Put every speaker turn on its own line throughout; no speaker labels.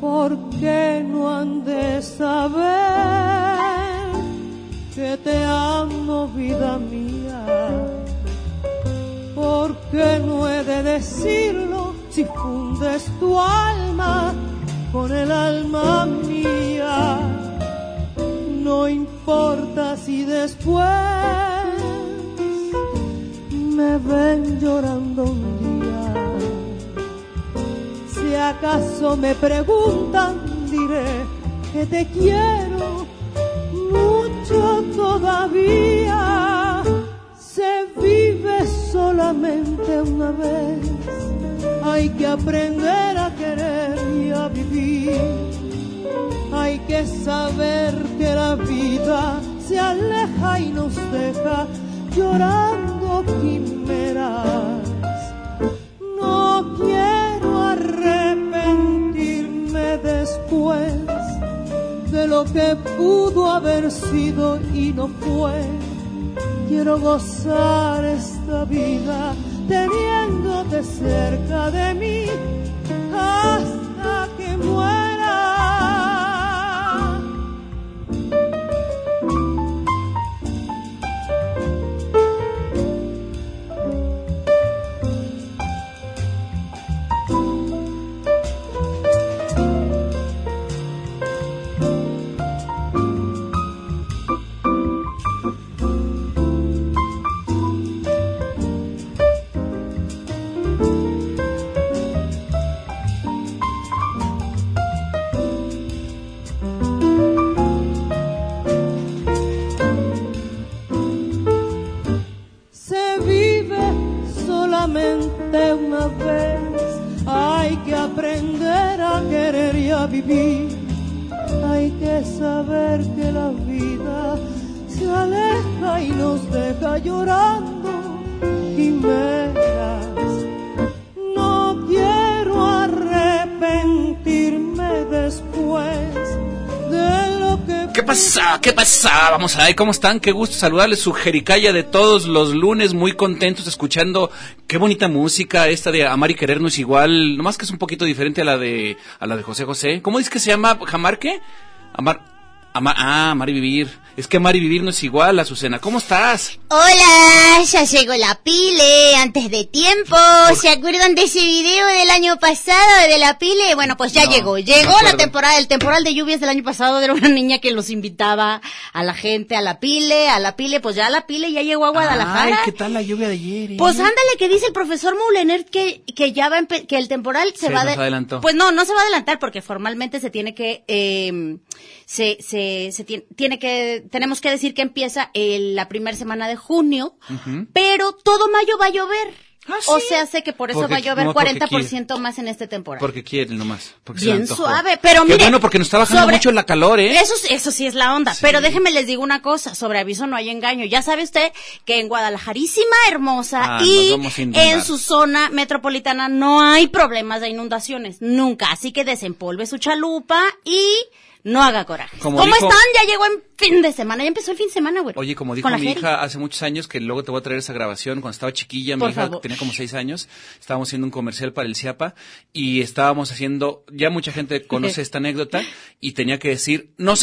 porque no han de saber que te amo, vida mía. Porque no he de decirlo si fundes tu alma con el alma mía. No importa si después me ven llorando un día. Si acaso me preguntan, diré que te quiero mucho todavía. Se vive solamente una vez, hay que aprender a querer y a vivir. Hay que saber que la vida se aleja y nos deja llorando quimeras. No quiero arrepentirme después de lo que pudo haber sido y no fue. Quiero gozar esta vida teniéndote cerca de mí hasta que muera. se vive solamente una vez. Hay que aprender a querer y a vivir. Hay que saber que la vida se aleja y nos deja llorando quimeras. No quiero arrepentirme después de lo que
¿Qué pasa? ¿Qué pasa? Vamos a ver cómo están. Qué gusto saludarles. Su jericaya de todos los lunes. Muy contentos escuchando. Qué bonita música esta de Amar y Querernos igual. Nomás que es un poquito diferente a la de, a la de José José. ¿Cómo dice que se llama? ¿Jamar qué? Amar. ama- ah, Amar y Vivir. Es que Amar y Vivir no es igual, Azucena. ¿Cómo estás?
Hola, ya llegó la pile antes de tiempo. ¿Se acuerdan de ese video del año pasado de la pile? Bueno, pues ya
No,
llegó.
me
Llegó la
acuerdo.
temporada, el temporal de lluvias del año pasado era una niña que los invitaba a la gente a la pile, a la pile, pues ya la pile ya llegó a Guadalajara.
Ay, ¿qué tal la lluvia de ayer? eh?
Pues ándale, que dice el profesor Moulener que, que ya va a empe- que el temporal se
Se
va a
nos adelantó.
Pues no, no se va a adelantar porque formalmente se tiene que, eh, se, se, se tiene, tiene que, tenemos que decir que empieza el- la primera semana de junio, pero todo mayo va a llover.
Ah,
O
¿sí?
sea, sé que por eso
Porque-
va a llover
no, porque
40% más en este temporal.
Porque quiere nomás. Porque se le
Bien
antojó.
suave, pero
Qué
mire.
bueno, porque nos está bajando
sobre-
mucho la calor, ¿eh?
Eso, eso sí es la onda. Pero déjeme les digo una cosa, sobre aviso no hay engaño. Ya sabe usted que en Guadalajarísima Hermosa
Ah, nos
y
vamos a inundar.
en su zona metropolitana no hay problemas de inundaciones. Nunca. Así que desempolve su chalupa y no haga coraje.
Como
¿Cómo
dijo-
están? Ya llegó en fin de semana. Ya empezó el fin de semana, güey.
Oye, como dijo
Con la
mi
Jeri.
hija hace muchos años, que luego te voy a traer esa grabación, cuando estaba chiquilla, mi
Por
hija
favor.
tenía como seis años, estábamos haciendo un comercial para el CIAPA y estábamos haciendo, ya mucha gente conoce esta anécdota, y tenía que decir, ¡nos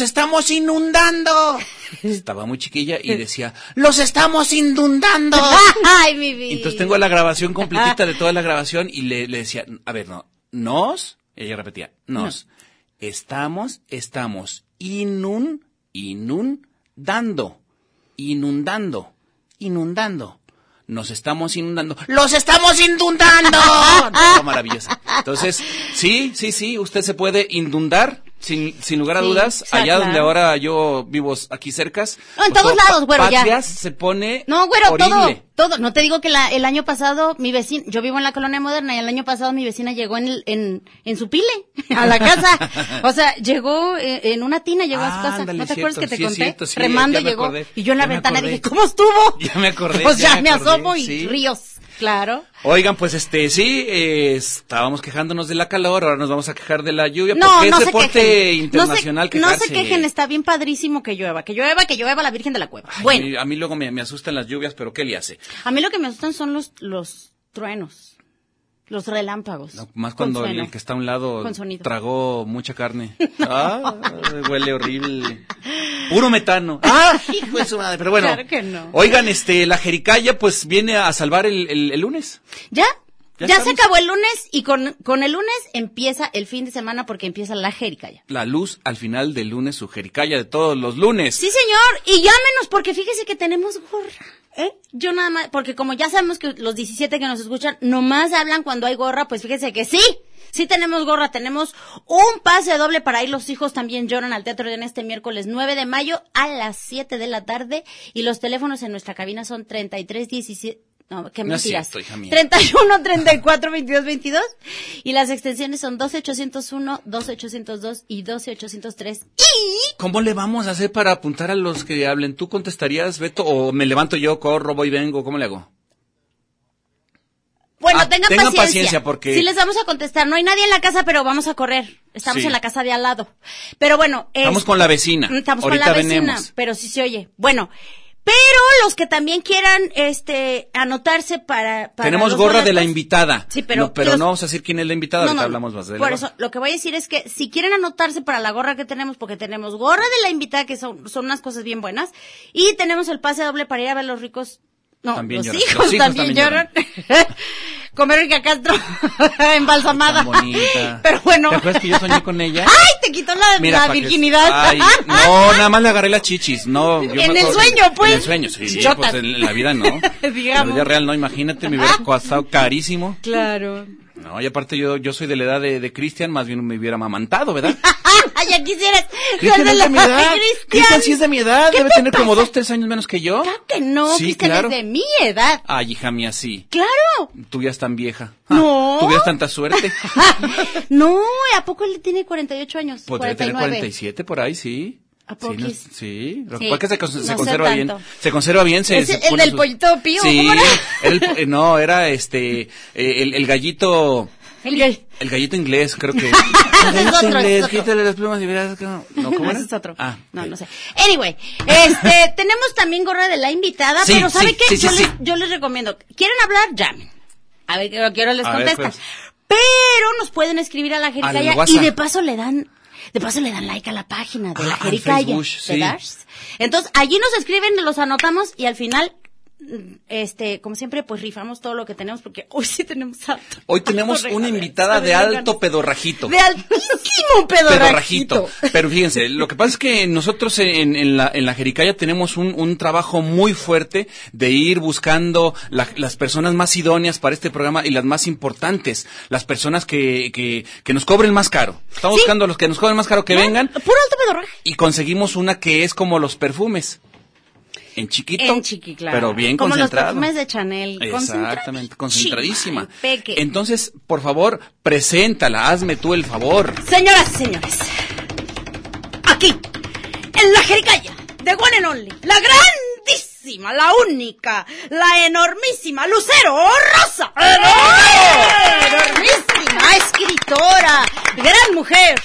estamos inundando! Estaba muy chiquilla y decía, ¡los estamos inundando!
Ay, mi vida.
Entonces tengo la grabación completita de toda la grabación y le, le decía, a ver, no, nos, ella repetía, nos, estamos, estamos, inun, inundando, inundando, inundando, nos estamos inundando. ¡Los estamos inundando! No, maravillosa. Entonces, sí, sí, sí, usted se puede inundar. Sin, sin lugar a
Sí,
dudas,
o sea,
allá donde
claro.
ahora yo vivo aquí cercas.
No, en
pues,
todos
todo
lados, güero, ya.
Patrias se pone
No, güero,
horrible.
todo, todo. No te digo que la- el año pasado mi vecina, yo vivo en la colonia moderna y el año pasado mi vecina llegó en, el- en, en su pile a la casa. O sea, llegó eh, en una tina, llegó a su casa.
Ándale,
¿No te acuerdas
cierto,
que te
sí, es
conté?
cierto, sí,
Remando
ya me
llegó
acordé,
y yo en la
ya me
ventana
acordé.
dije, ¿cómo estuvo?
Ya me acordé,
Pues
ya
ya,
me
me
acordé,
asomo y
sí.
ríos, claro.
Oigan, pues este, sí, eh, estábamos quejándonos de la calor, ahora nos vamos a quejar de la lluvia.
No,
porque
no
es
se
deporte
quejen.
internacional
no se, no se
quejarse.
quejen, este, está bien padrísimo que llueva, que llueva, que llueva la Virgen de la Cueva.
Ay,
bueno,
a mí luego me, me asustan las lluvias, pero ¿qué le hace?
a mí lo que me asustan son los, los truenos, los relámpagos.
No, más
con
cuando el,
trueno.
el que está a un lado
Con sonido.
tragó mucha carne. Ah, huele horrible. Puro metano. Ah, hijo de su madre, pero bueno.
Claro que no.
Oigan, este, la jericaya pues viene a salvar el, el- el lunes.
¿Ya? Ya,
Ya estamos.
se acabó el lunes y con, con el lunes empieza el fin de semana porque empieza la jericaya.
La luz al final del lunes, su jericaya de todos los lunes.
Sí, señor, y llámenos porque fíjese que tenemos gorra. ¿Eh? Yo nada más, porque como ya sabemos que los 17 que nos escuchan nomás hablan cuando hay gorra, pues fíjese que sí, sí tenemos gorra, tenemos un pase doble para ir los hijos también lloran al Teatro en este miércoles 9 de mayo a las 7 de la tarde y los teléfonos en nuestra cabina son 33 17 no, qué
No es
mentiras.
cierto, hija mía.
31, 34, 22, 22. Y las extensiones son 12801, 12802 y 12803. Y
¿Cómo le vamos a hacer para apuntar a los que hablen? ¿Tú contestarías, Beto? ¿O me levanto yo, corro, voy, vengo? ¿Cómo le hago?
Bueno,
Ah,
tengan,
tengan
paciencia.
paciencia, porque-
Sí les vamos a contestar. No hay nadie en la casa, pero vamos a correr. Estamos
Sí.
en la casa de al lado. Pero bueno... es- Mm,
Estamos con la vecina.
Estamos
Ahorita
con la vecina,
venemos.
pero sí se oye. Bueno, pero los que también quieran este anotarse para... para
Tenemos
los
gorra de la
boletos-
invitada.
Sí, pero-
No, pero
los-
no vamos a decir quién es la invitada,
No,
ahorita
no,
hablamos más de la
Por
gorra.
eso, lo que voy a decir es que si quieren anotarse para la gorra que tenemos, porque tenemos gorra de la invitada, que son, son unas cosas bien buenas, y tenemos el pase doble para ir a ver los ricos. No,
También
los,
lloran.
hijos
Los hijos
también,
también
lloran. Con Verónica Castro embalsamada.
Tan bonita.
Pero bueno.
¿Te acuerdas que yo soñé con ella?
¡Ay! Te quitó la,
Mira,
la
pa' que-
virginidad.
Ay, no, nada más le agarré las chichis. No, yo me
En el
acuerdo-
sueño, pues.
En el sueño, sí.
Chichotas.
Pues en la vida no. En la
Digamos.
vida real no, imagínate, me hubiera costado carísimo.
Claro.
No, y aparte yo, yo soy de la edad de, de Cristian, más bien me hubiera mamantado, ¿verdad?
Ay, ya quisieras.
Cristian
Cuando
es de
la-
mi edad.
Cristian.
Cristian sí es de mi edad.
¿Qué
Debe
te
tener como
pasa?
dos, tres años menos que yo.
Claro que no,
Sí,
Cristian
claro.
es de mi edad.
Ay, hija mía, sí.
Claro.
Tú ya es tan vieja.
No.
Tuvieras tanta suerte.
no, ¿a poco él tiene 48 años? 49.
Podría tener 47 por ahí, sí.
¿A
sí, no-
poquis?
sí, lo que
Sí,
pasa es que se, cons-
no
se
sé
conserva bien.
tanto.
Se conserva bien. Se,
Ese-
se
el
pone
del
sus-
pollito pío,
Sí,
¿cómo era?
era el po- eh, no, era este, eh, el, el gallito,
El gay.
el gallito inglés, creo que.
es
El gallito
otro, es
inglés,
otro.
quítale las plumas y verás. cómo- No, ¿cómo
No,
era?
ese es otro.
Ah,
no,
ok.
no sé. Anyway, este, tenemos también gorra de la invitada,
Sí,
pero ¿sabe
sí,
qué?
sí, sí,
yo, les,
sí.
yo les recomiendo, ¿quieren hablar? Llamen. A ver, ¿a qué hora les
A ver,
contestan?
pues.
Pero nos pueden escribir a la Jericaya y
WhatsApp.
de paso le dan, de paso le dan like a la página de
Ah,
la
al
Jericaya.
Facebook,
¿te
sí.
das? Entonces, allí nos escriben, los anotamos y al final, mm, este, como siempre, pues rifamos todo lo que tenemos porque hoy sí tenemos alto.
Hoy tenemos
alto
una
regalo.
invitada de
Saben,
alto
ganas.
pedorrajito.
De altísimo pedorrajito.
pedorrajito. Pero fíjense, lo que pasa es que nosotros en, en la, en la Jericaya tenemos un, un trabajo muy fuerte de ir buscando la- las personas más idóneas para este programa y las más importantes, las personas que, que, que nos cobren más caro. Estamos
Sí.
buscando a los que nos cobren más caro que
¿No?
vengan
Puro alto pedorraje.
y conseguimos una que es como los perfumes. En chiquito.
En chiqui, claro.
Pero bien
Como los
concentrado.
perfumes de Chanel, concentradísima.
Exactamente, concentradísima.
Peque.
Entonces, por favor, preséntala, hazme tú el favor.
Señoras y señores, aquí, en la Jericaya de One and Only, la grandísima, la única, la enormísima Lucero Rosa.
¡Eh,
Enormísima escritora, gran mujer.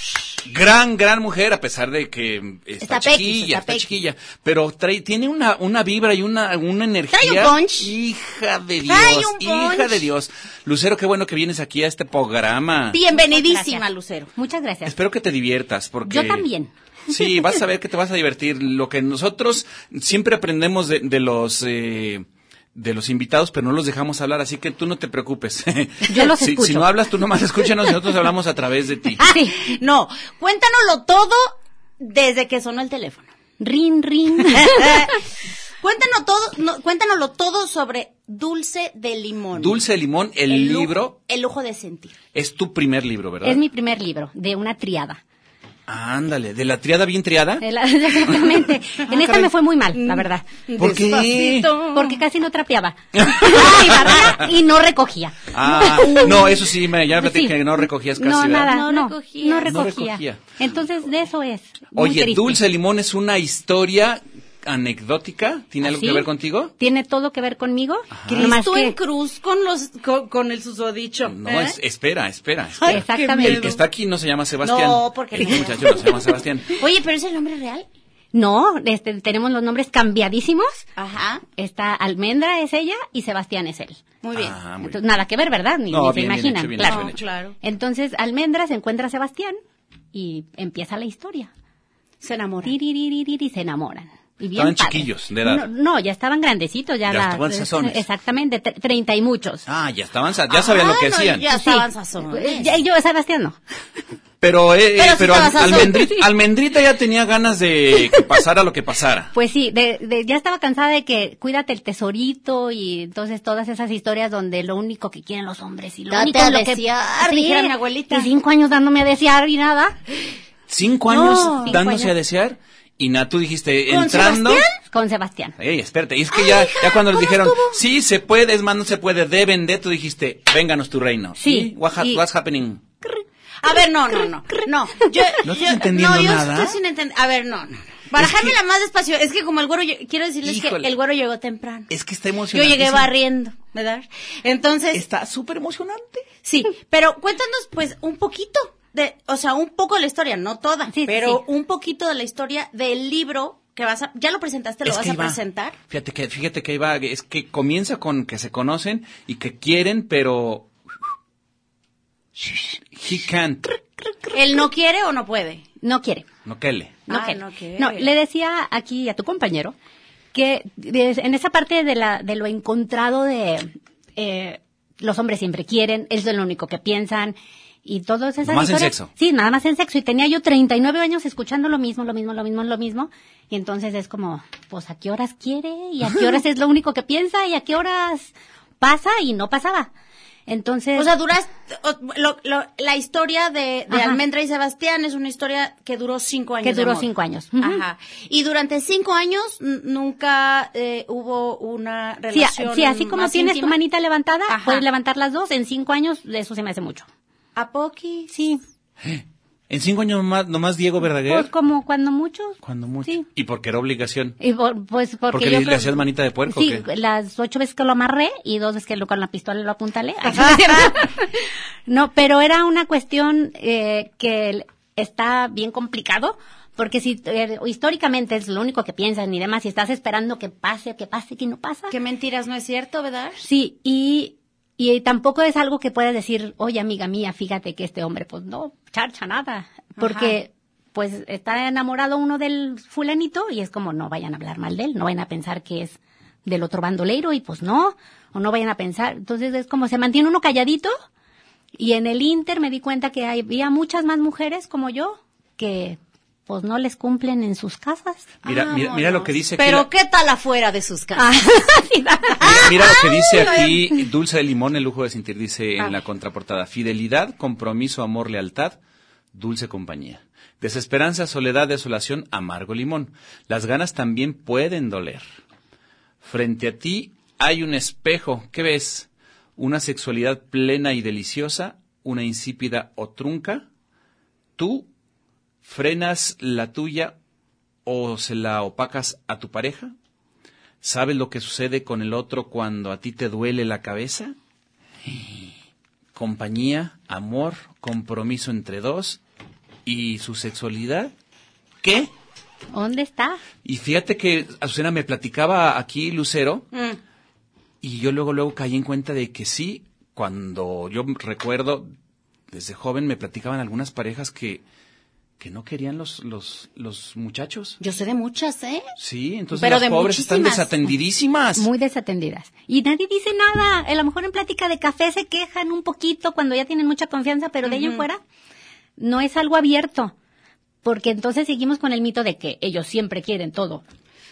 Gran, gran mujer, a pesar de que está,
Está pequis,
chiquilla,
está
está,
pequis.
chiquilla. Pero trae, tiene una, una vibra y una, una energía.
punch.
Hija de Dios,
Trae un
hija
punch.
de Dios. Lucero, qué bueno que vienes aquí a este programa.
Bienvenidísima Lucero. Muchas gracias.
Espero que te diviertas, porque...
Yo también.
Sí, vas a ver que te vas a divertir. Lo que nosotros siempre aprendemos de, de los... eh, de los invitados, pero no los dejamos hablar, así que tú no te preocupes.
Yo los
si, si
escucho. Ah.
no hablas, tú nomás escúchanos, nosotros hablamos a través de ti.
Ay, no, cuéntanoslo todo desde que sonó el teléfono.
Rin, rin.
Cuéntanos todo, no, cuéntanoslo todo sobre Dulce de Limón.
Dulce de Limón, el,
lu-
libro,
El lujo de sentir.
es tu primer libro, ¿verdad?
Es mi primer libro, de una triada.
Ándale, de la triada bien triada.
El- Exactamente.
Ah,
En esta me fue muy mal,
Mm.
la verdad.
¿Por qué?
Despacito.
Porque casi no trapeaba. Y barría y no recogía.
Ah, no, eso sí, me, ya me platicé que no recogías casi,
No,
¿verdad?
nada,
No
no,
recogía.
no
No
recogía.
recogía.
Entonces, de eso es. Muy
Oye,
triste.
Dulce de Limón es una historia anecdótica. ¿Tiene algo
¿Así?
¿Ah,
que ver contigo?
Tiene todo que ver conmigo. Nomás
Cristo
que-
en cruz con los con, con el susodicho.
No,
¿eh?
es- espera, espera. espera.
Ay, qué
Exactamente.
El que está aquí no se llama Sebastián.
No, porque
El
no.
muchacho no se llama Sebastián.
Oye, pero es el nombre real.
No, este, tenemos los nombres cambiadísimos.
Ajá.
Está Almendra es ella y Sebastián es él.
Muy bien.
Ah, muy
Entonces, nada que ver, ¿verdad? Ni,
No, bien,
ni se
bien
imaginan.
hecho, bien
claro.
hecho, bien hecho.
claro.
Entonces, Almendra se encuentra a Sebastián y empieza la historia.
Se enamora.
Tiririririri, se enamoran. Y bien
Estaban
padre.
chiquillos, de edad.
No, no, ya estaban grandecitos, ya,
Ya
la-
estaban sazones.
Exactamente, tre- treinta y muchos.
Ah, ya estaban, sa- ya sabían lo que
Ah, no,
hacían.
Ya
Sí. Eh,
estaban sazones.
Ya- yo, Sebastián no.
Pero, eh, eh,
Pero sí
pero
estabas
Al-
azul.
Almendri- Almendrita ya tenía ganas de que pasara lo que pasara.
Pues sí, de- de- ya estaba cansada de que cuídate el tesorito y entonces todas esas historias donde lo único que quieren los hombres y lo
Date
único
a
en lo que
desear, ¿eh? dijera mi abuelita.
Y cinco años dándome a desear y nada.
Cinco
No,
años
cinco
dándose
años.
a desear. Y na, tú dijiste,
¿Con
entrando.
Sebastián?
Con Sebastián.
Ey, espérate. Y es que ya, ya cuando les
¿cómo
dijeron,
estuvo?
sí, se puede, es más, no se puede, deben de, tú dijiste, vénganos tu reino.
Sí,
¿Y? What ha-
y-
what's happening?
A ver, no, no, no. No, yo,
¿No estás
yo-
entendiendo
no, yo
nada?
estoy sin entender. A ver, no, no. Barajármela
Es que-
más despacio. Es que como el güero, lle- quiero decirles
Híjole.
que el güero llegó temprano.
Es que está
Yo
emocionante.
llegué barriendo, ¿verdad? Entonces,
Está súper emocionante.
sí, pero cuéntanos pues un poquito de, o sea, un poco de la historia, no toda,
Sí, sí,
pero
sí.
un poquito de la historia del libro que vas a, ya lo presentaste, lo
Es
vas
que
a
ahí va.
presentar.
Fíjate que, fíjate que ahí va, es que comienza con que se conocen y que quieren, pero... He can't.
Él no quiere o no puede.
No quiere.
No quele.
No,
Ah,
quiere.
no quiere.
No, le decía aquí a tu compañero que de- en esa parte de, la, de lo encontrado de eh, los hombres siempre quieren, eso es lo único que piensan y todas esas
Nomás en
historias-
sexo.
Sí, nada más en sexo. Y tenía yo 39 años escuchando lo mismo, lo mismo, lo mismo, lo mismo. Y entonces es como, pues a qué horas quiere y a qué horas es lo único que piensa y a qué horas pasa y no pasaba. Entonces,
O sea, duras, o- lo- lo- la historia de, de
Ajá.
Almendra y Sebastián es una historia que duró cinco años.
que
de
duró
amor.
cinco años.
Ajá. Y durante cinco años n- nunca eh, hubo una
Sí, a-
relación.
sí, así como
más
tienes tu
íntima.
manita levantada,
Ajá.
puedes levantar las dos. En cinco años, eso se me hace mucho.
A Poki.
Sí,
En cinco años más, nomás Diego Verdaguer.
pues como cuando mucho.
¿Eh? Cuando mucho.
Sí.
Y porque era obligación.
Y por- pues porque,
Porque
yo
le-
creo-
le hacías manita de puerco,
Sí,
¿o qué?
las ocho veces que lo amarré y dos veces que lo, con la pistola lo apuntalé. Ay, no, es cierto. No, pero era una cuestión eh, que el- está bien complicado. Porque si eh, históricamente es lo único que piensan y demás, y estás esperando que pase, que pase, que no pasa,
Qué mentiras, ¿no es cierto, verdad?
Sí, y, y tampoco es algo que puedas decir, oye, amiga mía, fíjate que este hombre, pues no, charcha nada, porque pues está enamorado uno del fulanito y es como, no vayan a hablar mal de él, no vayan a pensar que es del otro bandoleiro y pues no, o no vayan a pensar. Entonces es como se mantiene uno calladito y en el Inter me di cuenta que había muchas más mujeres como yo que pues no les cumplen en sus casas.
Mira, mira, mira lo que dice aquí.
Ah, Pero
la-
qué tal afuera de sus casas.
Mira, mira lo que dice aquí Dulce de Limón, el lujo de sentir, dice en la contraportada. Fidelidad, compromiso, amor, lealtad, dulce compañía. Desesperanza, soledad, desolación, amargo limón. Las ganas también pueden doler. Frente a ti hay un espejo. ¿Qué ves? Una sexualidad plena y deliciosa, una insípida o trunca. Tú frenas la tuya o se la opacas a tu pareja. ¿Sabes lo que sucede con el otro cuando a ti te duele la cabeza? Compañía, amor, compromiso entre dos y su sexualidad. ¿Qué?
¿Dónde está?
Y fíjate que Azucena me platicaba aquí Lucero
Mm.
y yo luego luego caí en cuenta de que sí, cuando yo recuerdo desde joven me platicaban algunas parejas que que no querían los los los muchachos.
Yo sé de muchas, ¿eh?
Sí, entonces
Pero
las
de
pobres están
muchísimas.
desatendidísimas.
Muy desatendidas. Y nadie dice nada. A lo mejor en plática de café se quejan un poquito cuando ya tienen mucha confianza, pero de ahí en fuera no es algo abierto. Porque entonces seguimos con el mito de que ellos siempre quieren todo.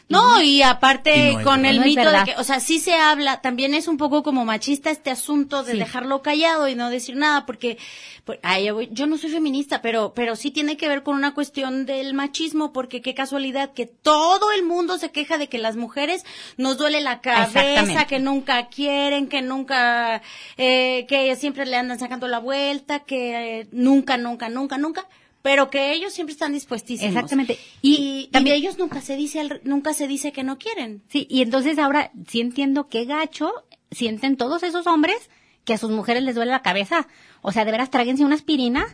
No, y aparte
Y no es
con
verdad.
el
No es
mito de
verdad.
que, o sea, sí se habla, también es un poco como machista este asunto de
Sí.
dejarlo callado y no decir nada, porque, por- ay, yo voy- yo no soy feminista, pero, pero sí tiene que ver con una cuestión del machismo, porque qué casualidad que todo el mundo se queja de que las mujeres nos duele la cabeza,
Exactamente.
que nunca quieren, que nunca, eh, que siempre le andan sacando la vuelta, que eh, nunca, nunca, nunca, nunca. Pero que ellos siempre están dispuestísimos.
Exactamente.
Y,
Y
y
también-
de ellos nunca se dice al- nunca se dice que no quieren.
Sí, y entonces ahora sí entiendo qué gacho sienten todos esos hombres que a sus mujeres les duele la cabeza. O sea, de veras, tráguense una aspirina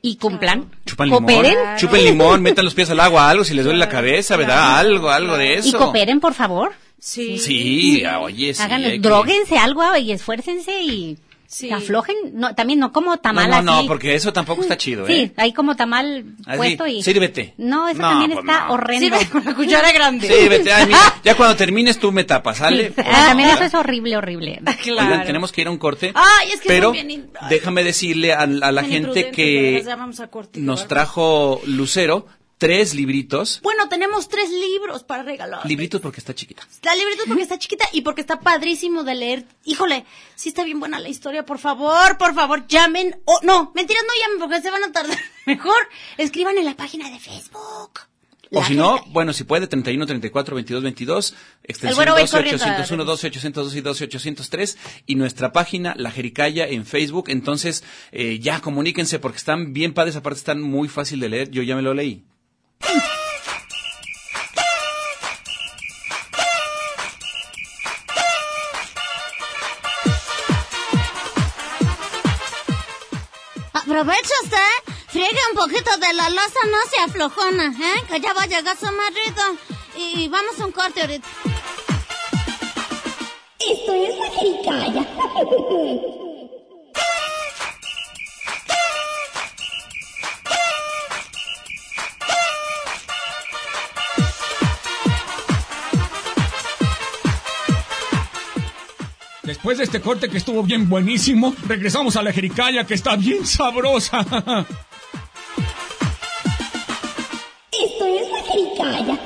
y cumplan.
Chupan limón.
cooperen.
Chupen limón, metan los pies al agua, algo si les duele la cabeza, ¿verdad? Algo, algo de eso.
Y cooperen, por favor.
Sí.
Sí, ah, oye, sí.
Háganlo,
hay que-
droguense algo y esfuércense y
Sí.
aflojen. No, también no como
No,
tamal
no, no,
así.
porque eso tampoco está chido,
Sí,
¿eh?
hay como tamal
Así,
puesto y...
sírvete.
No, eso
No,
también
pues
está
no.
horrendo.
con la cuchara grande.
Sí, vete, ay, mira, ya cuando termines tú me tapas, ¿sale? Pues,
Ah, también
no.
eso es horrible, horrible.
Claro.
Oigan, tenemos que ir a un corte.
Ay, es que
pero
son bien in- ay.
déjame decirle a, a la
Tan
gente
imprudentes,
que
pero ya vamos a corte, qué
nos
bárbaro.
trajo Lucero tres libritos.
Bueno, tenemos tres libros para regalar.
Libritos porque está chiquita.
la libreta porque está chiquita y porque está padrísimo de leer. Híjole, sí está bien buena la historia. Por favor, por favor, llamen. O no, mentiras, no llamen porque se van a tardar. Mejor escriban en la página de Facebook.
O
La
si no,
gente-
bueno, si puede, 31, 34, 22, 22,
El
extensión
güero va a ir
12,
corriendo a
801, 12, 802 y 12, 803, y nuestra página, La Jericaya, en Facebook. Entonces, eh, ya comuníquense porque están bien padres, aparte están muy fácil de leer. Yo ya me lo leí.
Aprovecha usted, friegue un poquito de la loza, no se aflojona, ¿eh? Que ya va a llegar su marido. Y, y vamos a un corte ahorita. Esto es la jericaya.
Después de este corte que estuvo bien buenísimo, regresamos a la jericaya que está bien sabrosa.
Esto es la jericaya.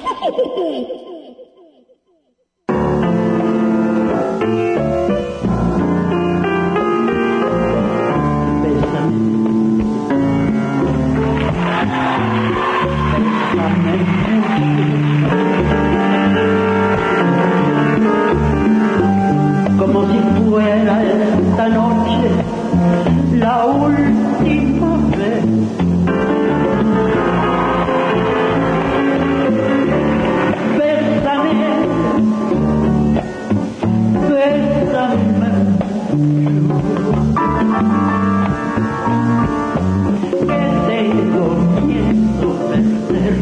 como si fuera esta noche la última vez. Bésame, bésame, que tengo miedo perder,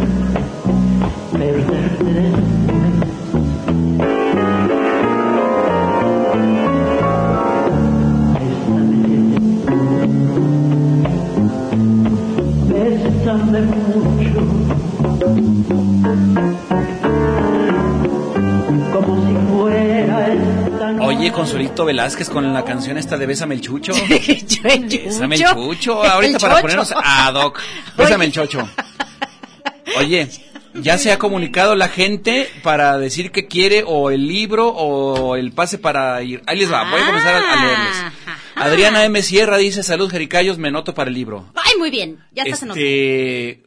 perderte. Bésame mucho, como si fuera esta noche.
Oye, Consuelito Velázquez con la canción esta de Bésame el Chucho. Bésame el
Chucho.
Chucho. Ahorita
El
para
Chocho.
ponernos ad hoc. Bésame el Chocho. Oye, ya se ha comunicado la gente para decir que quiere o el libro o el pase para ir. Ahí les va, voy a comenzar a, a leerles.
Ah,
Adriana M. Sierra dice, salud Jericayos, me noto para el libro.
Ay, muy bien. Ya estás en otro.
Este,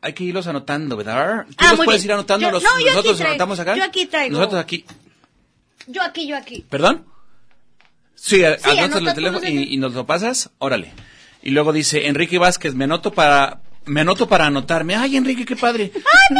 hay que irlos anotando, ¿verdad? ¿Tú
Ah,
los
muy
puedes
bien.
ir anotando?
Yo-
los,
no, yo aquí
¿Nosotros
traigo-
anotamos acá?
yo aquí traigo.
Nosotros aquí.
Yo aquí, yo aquí.
¿Perdón? Sí, a-
Sí, anota
anótalo el
tú
teléfono
los
y,
demás.
y nos lo pasas, órale. Y luego dice, Enrique Vázquez, me anoto para, me anoto para anotarme. Ay, Enrique, qué padre.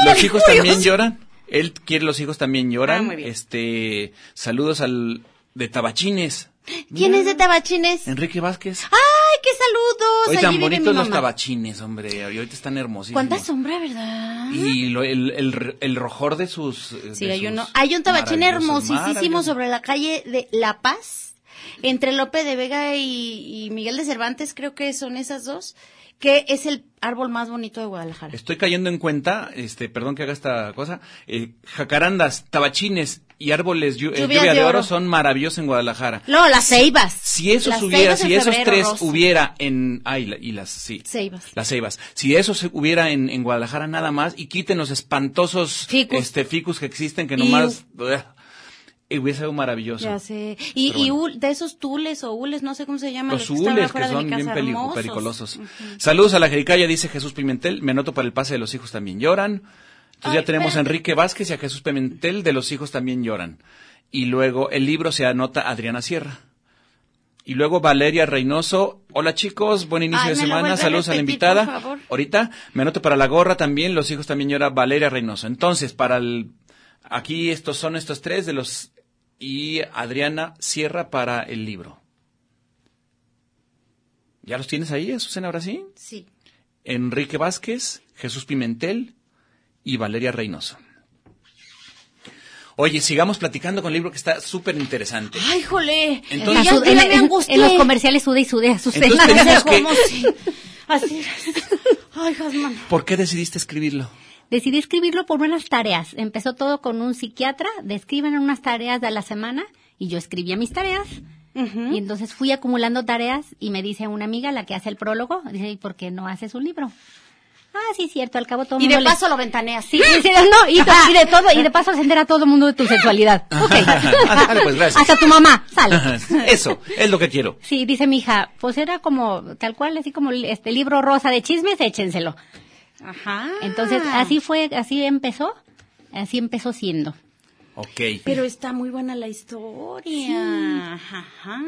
los hijos también lloran. Él quiere los hijos también lloran.
Ah, muy bien.
Este, saludos al de Tabachines,
¿Quién es de Tabachines?
Enrique Vázquez.
¡Ay, qué saludos!
Hoy
Allí
tan
vive mi
bonitos los
mamá.
Tabachines, hombre. Y ahorita están hermosísimos.
¿Cuánta sombra, verdad?
Y lo- el, el- el rojor de sus. eh,
Sí,
de
hay
sus
uno. Hay un tabachín
maravillosos,
hermosísimo
maravillosos.
sobre la calle de La Paz, entre Lope de Vega y, y Miguel de Cervantes, creo que son esas dos, que es el árbol más bonito de Guadalajara.
Estoy cayendo en cuenta, este, perdón que haga esta cosa, eh, jacarandas, tabachines y árboles llu- eh, lluvia, de, oro. son maravillosos en Guadalajara.
No, las ceibas.
Si esos
Las
hubiera,
ceibas
si
en
esos
febrero,
tres
Rosa.
hubiera en, ay, la- y las, sí.
Ceibas.
Las ceibas. Si eso se hubiera en, en Guadalajara nada más y quiten los espantosos
Ficus.
este ficus que existen que nomás bleh, eh, hubiese algo maravilloso.
Ya sé. Y,
Pero
y
bueno.
ul- de esos tules o hules, no sé cómo se llaman.
Los
que estaban
hules que
afuera de
son
mi
bien
casa,
peli-
hermosos. Mm,
pericolosos. Saludos a la Jericaya, dice Jesús Pimentel. Me anoto para el pase de los hijos también lloran. Entonces
Ay,
ya tenemos
espérate.
a Enrique Vázquez y a Jesús Pimentel de los hijos también lloran. Y luego el libro se anota Adriana Sierra. Y luego Valeria Reynoso. Hola chicos, buen inicio
Ay,
de
me lo
semana.
vuelve a
Saludos a la
repetir,
invitada.
por favor.
Ahorita me anoto para la gorra también. Los hijos también llora Valeria Reynoso. Entonces, para el. Aquí estos son estos tres de los. Y Adriana Sierra para el libro. ¿Ya los tienes ahí, Susana, ahora sí?
Sí.
Enrique Vázquez, Jesús Pimentel y Valeria Reynoso. Oye, sigamos platicando con el libro que está súper interesante.
Ay, jole.
Entonces-
ya,
Azul-
ya
en,
me
en-
angustié.
en los comerciales sude y sude Azucena.
Entonces
Ya sé
tenemos que-
cómo sí. Así es. Ay, Jasmine.
¿Por qué decidiste escribirlo?
Decidí escribirlo por unas tareas. Empezó todo con un psiquiatra, describen unas tareas de la semana y yo escribía mis tareas. Y entonces fui acumulando tareas y me dice una amiga, la que hace el prólogo, dice, ¿y por qué no haces un libro? Ah, sí, cierto, al cabo todo
Y
mundo
de
le-
paso lo ventaneas.
Sí, sí, sí, no, y, to- y de todo, y de paso se entera todo el mundo de tu sexualidad. Ok.
Ah, dale, pues, gracias.
Hasta tu mamá, sale.
Eso, es lo que quiero.
Sí, dice mi hija, pues era como, tal cual, así como li- este libro rosa de chismes, échenselo.
Ajá.
Entonces,
Ah.
así fue, así empezó, así empezó siendo.
Ok.
Pero está muy buena la historia. Ajá.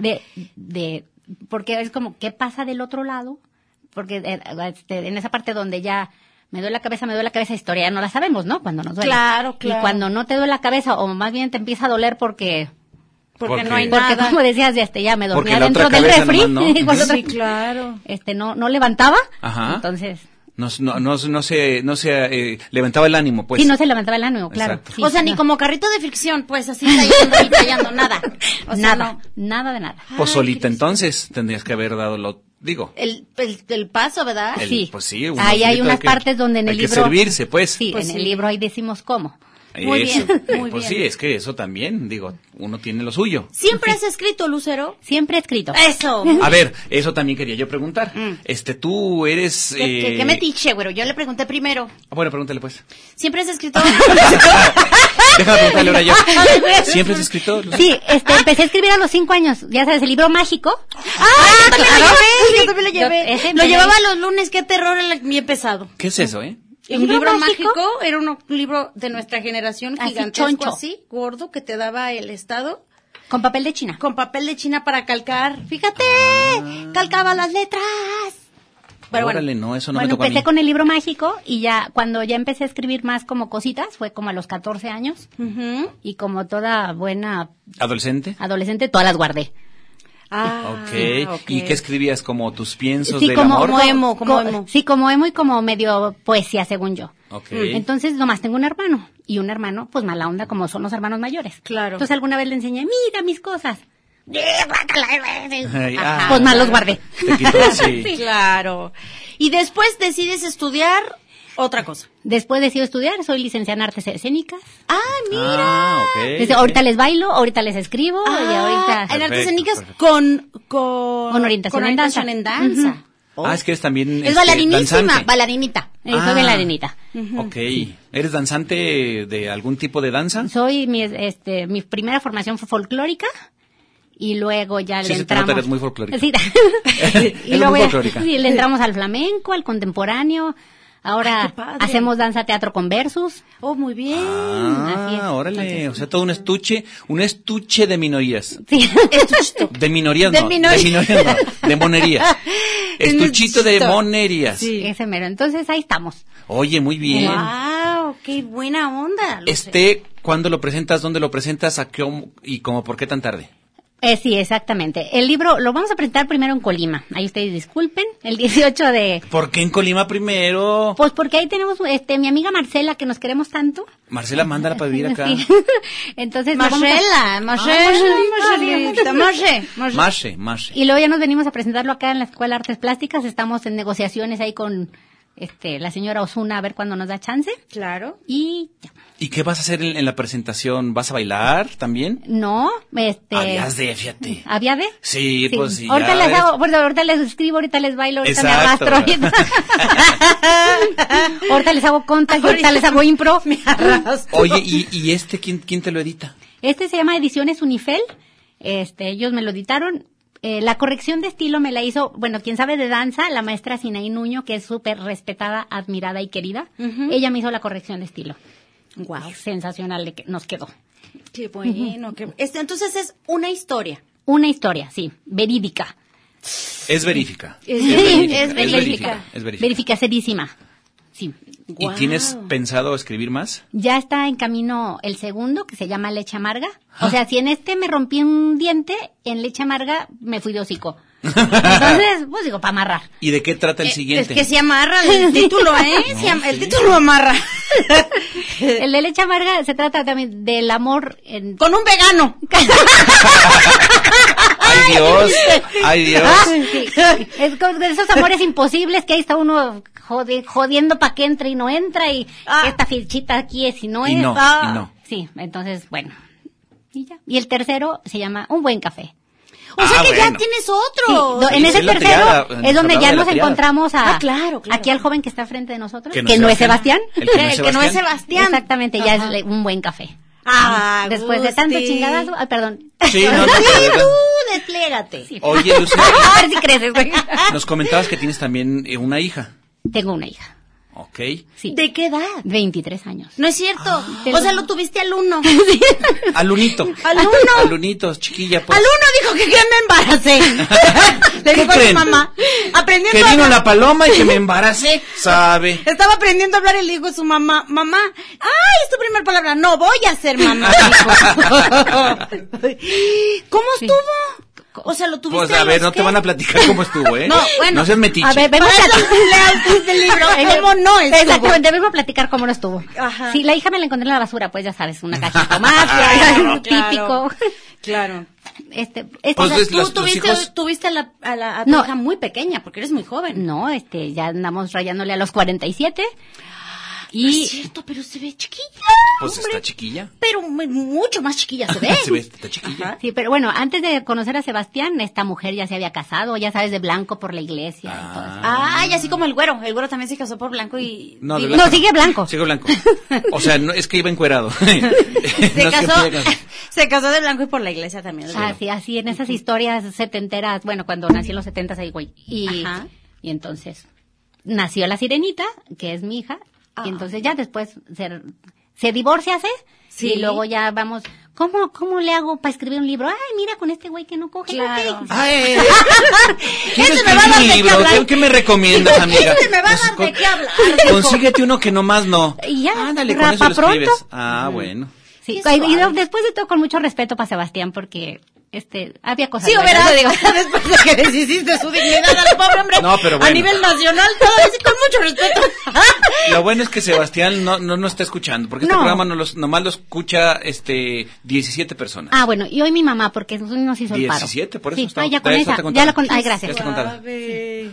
De, de, porque es como, ¿qué pasa del otro lado? Porque eh, este, en esa parte donde ya me duele la cabeza, me duele la cabeza, historia ya no la sabemos, ¿no? Cuando nos duele.
Claro, claro.
Y cuando no te duele la cabeza, o más bien te empieza a doler porque,
Porque
Porque-
no hay
porque
nada.
como decías, este, ya me
Porque
dormía
la
dentro
otra
del
cabeza
refri,
nomás, ¿no?
y con la otra-
Sí, claro.
este, no, no levantaba,
Ajá.
entonces,
No, no, no, no se, no se eh, levantaba el ánimo, pues.
sí, no se levantaba el ánimo, claro.
Exacto.
Sí,
o sea, ni
no.
como carrito de ficción, pues así cayendo y callando, nada. O sea,
nada,
no.
nada de nada.
Pues solita entonces tendrías que haber dado lo, digo.
El, el, el paso, ¿verdad?
el-
sí.
pues sí, uno
Ahí hay
solito
unas
que-
partes donde en el
hay que
libro.
servirse, pues.
Sí,
Pues
en
sí.
el libro ahí decimos cómo.
Muy
Eso.
bien,
Eh,
muy
pues
bien.
sí, es que eso también, digo, uno tiene lo suyo.
Siempre has escrito, Lucero.
Siempre escrito.
Eso.
Ah,
A ver, eso también quería yo preguntar. Este, tú eres...
Mm. ¿Qué, qué-
eh,
qué metiche, güero? Yo le pregunté primero.
Ah, Bueno, pregúntale pues.
¿Siempre has escrito?
Ah,
Déjame preguntarle ahora yo.
Ay, güey.
¿Siempre has escrito?
Sí, este, empecé a escribir a los cinco años. Ya sabes, el libro mágico.
¡Ah! Yo también lo
claro.
llevé. Yo también lo
Yo-
llevé.
ese
lo
me-
llevaba los lunes. ¡Qué terror el, mi pesado!
¿Qué es eso, eh?
Un libro, mágico? era un libro de nuestra generación
Así,
gigantesco,
choncho.
así, gordo, que te daba el Estado
Con papel de China.
con papel de China para calcar. Fíjate, calcaba las letras. Pero
Ah. Órale,
bueno,
no, eso no
bueno,
me tocó a
empecé
mí.
con el libro mágico y ya cuando ya empecé a escribir más como cositas, fue como a los 14 años.
Ujú.
Y como toda buena
¿Adolescente?
adolescente, todas las guardé.
Ah,
Okay.
ok.
¿Y qué escribías? ¿Como tus piensos
Sí,
del
como,
amor?
como emo, como
co-
emo.
Sí, como emo y como medio poesía, según yo.
Ok.
Entonces, nomás tengo un hermano. Y un hermano, pues mala onda, como son los hermanos mayores.
Claro.
Entonces, alguna vez le enseñé, mira mis cosas.
eh,
Ay, ah,
Ajá, pues mal los guardé.
Te quitó, sí.
Sí, Claro. Y después decides estudiar otra cosa.
Después decido estudiar, soy licenciada en artes escénicas.
Ah, mira.
Ah, ok.
Desde ahorita les bailo, ahorita les escribo y
Ah,
ahorita...
en artes
Perfecto,
escénicas
perfecto.
con, con,
Con orientación en danza.
orientación en danza.
Ujú.
Ah, es que eres también...
Es bailarinísima,
danzante.
bailarinita.
eh, soy
Ah.
bailarinita.
Ok. ¿Eres danzante de algún tipo de danza?
Soy mi, este, mi primera formación fue folclórica y luego ya
Sí,
le
se te
entramos.
nota, eres muy folclórica.
Sí.
Eres
y
muy
luego ya-
folclórica.
sí, le entramos al flamenco, al contemporáneo.
Ay,
Ahora
qué padre.
hacemos danza teatro con versus.
Oh, muy bien.
Ah,
así es.
órale. o sea, todo un estuche, un estuche de minorías.
Sí.
De minorías
De
no,
minorías.
de minorías no, de monerías. Estuchito de
Estuchito.
monerías.
Ese mero. Entonces ahí estamos.
Oye, muy bien.
Wow, qué buena onda. Luce.
Este, ¿cuándo lo presentas? ¿Dónde lo presentas? ¿A qué hom- y cómo por qué tan tarde?
Eh, sí, exactamente. El libro lo vamos a presentar primero en Colima. Ahí ustedes disculpen, el 18 de...
¿Por qué en Colima primero?
Pues porque ahí tenemos este mi amiga Marcela, que nos queremos tanto.
Marcela, mándala para vivir acá.
Sí. Entonces, nos vamos a-
Marcela,
Ah,
Marcela, Marcela, Marcela.
Mashe, Mashe.
Y luego ya nos venimos a presentarlo acá en la Escuela de Artes Plásticas. Estamos en negociaciones ahí con este, la señora Osuna a ver cuándo nos da chance.
Claro.
Y ya.
¿Y qué vas a hacer en, en la presentación? ¿Vas a bailar también?
no, este...
Habías de, fíjate.
¿Había de?
Sí, pues sí.
ahorita
ya
les
ves.
hago, bueno, ahorita les escribo, ahorita les bailo, ahorita
Exacto.
me arrastro. Ahorita, Ahorita les hago contas, ahorita les hago impro.
Oye, ¿y, y este quién, quién te lo edita?
Este se llama Ediciones Unifel. Este, ellos me lo editaron. Eh, la corrección de estilo me la hizo, bueno, quien sabe de danza, la maestra Sinaí Nuño, que es súper respetada, admirada y querida. Ella me hizo la corrección de estilo.
Wow.
Sensacional de que nos quedó.
Qué bueno. qué- Este, entonces es una historia.
Una historia, sí, verídica.
Es verifica.
Es
verídica,
es verídica.
Es verifica.
Verificacerísima. Sí.
¿Y tienes pensado escribir más?
Ya está en camino el segundo, que se llama leche amarga.
Ah.
O sea, si en este me rompí un diente, en leche amarga me fui de hocico. Entonces, pues digo, para amarrar.
¿Y de qué trata el
Eh,
siguiente?
Es que se amarra el título, ¿eh? Se am- El título amarra.
El de leche amarga se trata también del amor en...
Con un vegano.
¡Ay, Dios! ¡Ay, Dios!
Ah,
Ah,
Sí, es como de esos amores imposibles que ahí está uno jode- jodiendo para que entre y no entra y
Ah.
esta fichita aquí es y no
Y
es.
no,
Ah.
y no.
Sí, entonces, bueno. Y ya. Y el tercero se llama Un buen café.
O sea
Ah,
que ya
bueno.
tienes
Sí,
otro.
do- en
Sí,
ese
es la
tercero
triada, nos
es
hablaba
donde ya
de la
nos
triada.
encontramos a
Ah, claro, claro.
aquí al joven que está frente de nosotros,
Que
que
no
no,
es
es Sebastián.
El que no es
El que no es
Sebastián.
Sebastián.
Exactamente, ya
Ajá.
es le- un buen café.
Ah,
Después de tanto
Gusti.
chingadas, ay, perdón.
Sí, no, no,
Sí,
no, no.
tú, desplégate.
Oye, Lucía,
A ver si creces, güey.
nos comentabas que tienes también eh, una hija.
Tengo una hija,
Ok.
sí,
¿De qué edad?
23 años.
No es cierto.
Ah.
Del-
O sea, lo tuviste al uno.
Alunito.
Al uno.
Alunito, chiquilla. Pues.
Al uno dijo que ya me embaracé. Le
¿Qué
dijo a su
creen?
mamá. Aprendiendo
Que
a
vino
hablar.
la paloma y que me embaracé. Sabe.
Estaba aprendiendo a hablar y le dijo a su mamá, mamá, ay, es tu primera palabra, no voy a ser mamá. dijo. ¿Cómo estuvo? O sea, lo tuviste.
Pues a
ahí,
ver,
¿es
no te
qué?
van a platicar cómo estuvo, ¿eh?
No, bueno.
seas metiche.
A ver, vengo
Para
a
eso lea usted el libro, ¿cómo no estuvo?
este Exactamente, vengo a platicar cómo no estuvo.
Ajá.
Sí, la hija me la encontré en la basura, pues ya sabes, una caja de
Claro,
tomate,
claro.
típico.
Claro.
Este, este-
Pues,
O sea,
Entonces,
tú
los- los
tuviste,
hijos-
tuviste a la, a la a tu
No.
hija muy pequeña, porque eres muy joven.
No, este, ya andamos rayándole a los 47.
Y... Es
Y
cierto, pero se ve chiquilla.
Pues
hombre.
está chiquilla.
Pero mu- mucho más chiquilla se ve.
Se ve, está chiquilla.
sí, pero bueno, antes de conocer a Sebastián, esta mujer ya se había casado, ya sabes, de blanco por la iglesia.
Ah,
y todo eso.
Ay, Ah, así como el güero. El güero también se casó por blanco y...
No, de
Pues, No,
blanco.
sigue blanco.
Sigue blanco. O sea, no, es que iba encuerado.
se,
No es que
casó,
fuera casado.
se casó de blanco y por la iglesia también.
Así, Ah, así, en esas historias setenteras, bueno, cuando nací en los setentas ahí, güey. Y,
Ajá.
y entonces, nació la sirenita, que es mi hija,
Ah.
y entonces ya después se, se divorcia, ¿sí?
Sí.
Y luego ya vamos, ¿cómo, cómo le hago para escribir un libro? Ay, mira, con este güey que no coge. no
Claro.
que-
Ay, eh, quiero
Ese me va a dar de
escribir un
qué
libro.
hablar.
¿Qué, qué me recomiendas, amiga?
Ese me va a
Pues,
dar de
con-
qué hablar.
Consíguete uno que nomás no.
Y ya,
Ándale, con eso
rapa
lo escribes.
pronto.
Ah, bueno.
Sí,
Qué
y digo,
suave.
después de todo, con mucho respeto para Sebastián, porque este había
Ah,
cosas.
Sí, o verás,
buenas, yo digo.
después de que deshiciste su dignidad al pobre hombre
No, pero bueno.
a nivel nacional, todo así con mucho respeto.
Lo bueno es que Sebastián no no, no está escuchando, porque este
No.
programa no los, nomás lo escucha este 17 personas.
Ah, bueno, y hoy mi mamá, porque nos hizo el paro.
17, por eso
Sí.
está-
Ay, ya
ya
con
está
esa,
contada.
ya la con-
Ya
Ay, gracias.
está contada.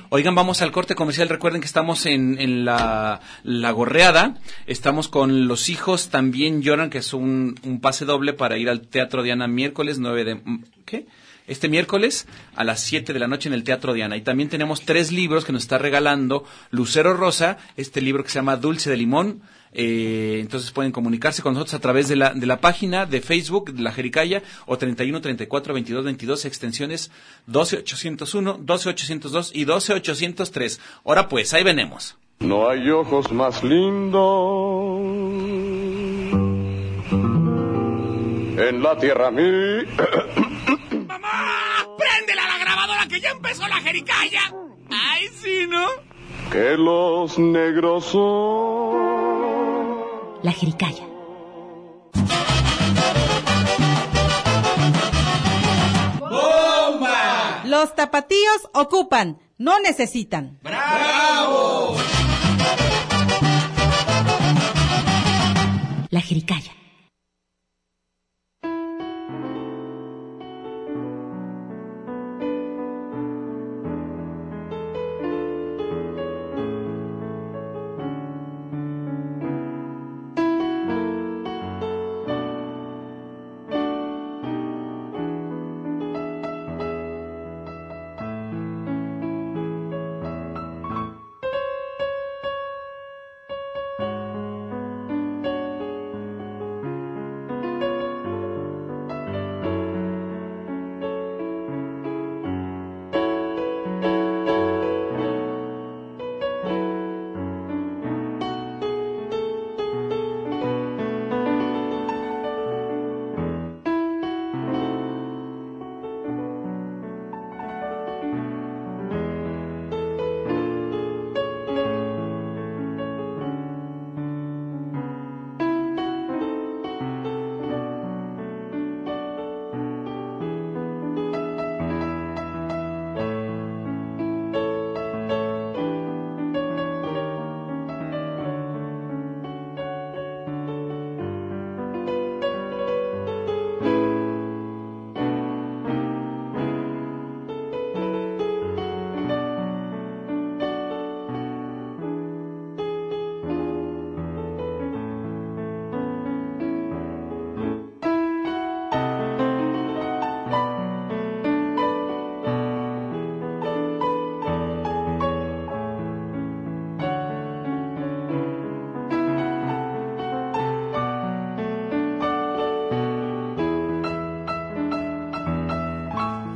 Oigan, vamos al corte comercial. Recuerden que estamos en, en la, la gorreada. Estamos con Los Hijos También Lloran, que es un, un pase doble para ir al Teatro Diana miércoles 9 de... mm, ¿Qué? Este miércoles a las 7 de la noche en el Teatro Diana. Y también tenemos tres libros que nos está regalando Lucero Rosa, este libro que se llama Dulce de Limón. Eh, entonces pueden comunicarse con nosotros a través de la, de la página de Facebook de la Jericaya o 31 34 22 22 extensiones 12 801, 12 802 y 12 803. Ahora pues, ahí venemos.
No hay ojos más lindos en la tierra mí. ¡Mamá! ¡Préndela la grabadora que ya empezó la jericaya! ¡Ay, sí, no! Que los negros son.
La jericaya.
Los tapatíos ocupan, no necesitan.
¡Bravo!
La jericaya.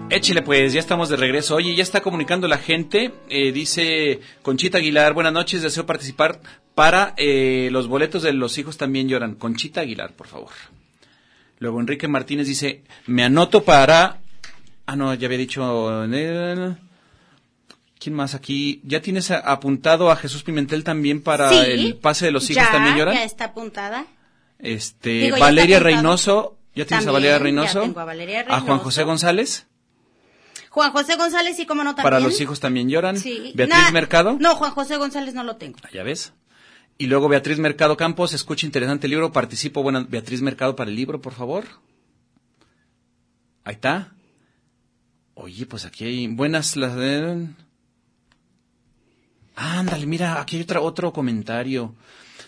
Échele pues, ya estamos de regreso. Oye, ya está comunicando la gente. Eh, dice Conchita Aguilar, buenas noches, deseo participar para eh, los boletos de Los hijos también lloran. Conchita Aguilar, por favor. Luego Enrique Martínez dice, me anoto para... Ah, no, ya había dicho... eh, ¿Quién más aquí? ¿Ya tienes a- apuntado a Jesús Pimentel también para
Sí,
el pase de Los hijos
ya,
también lloran?
Ya está apuntada.
Este,
Digo, ya está
Valeria
apuntado.
Reynoso. ¿Ya tienes a
También,
Valeria
ya
Reynoso?
tengo a Valeria
¿A Juan
Reynoso.
José González?
Juan José González, y como no también.
Para los hijos también lloran.
Sí.
Beatriz
Nah,
Mercado.
No, Juan José González no lo tengo.
Ah, Ya ves. Y luego Beatriz Mercado Campos, escucha interesante libro, participo. Buena, Beatriz Mercado para el libro, por favor. Ahí está. Oye, pues aquí hay buenas las de... Ándale, mira, aquí hay otra, otro comentario.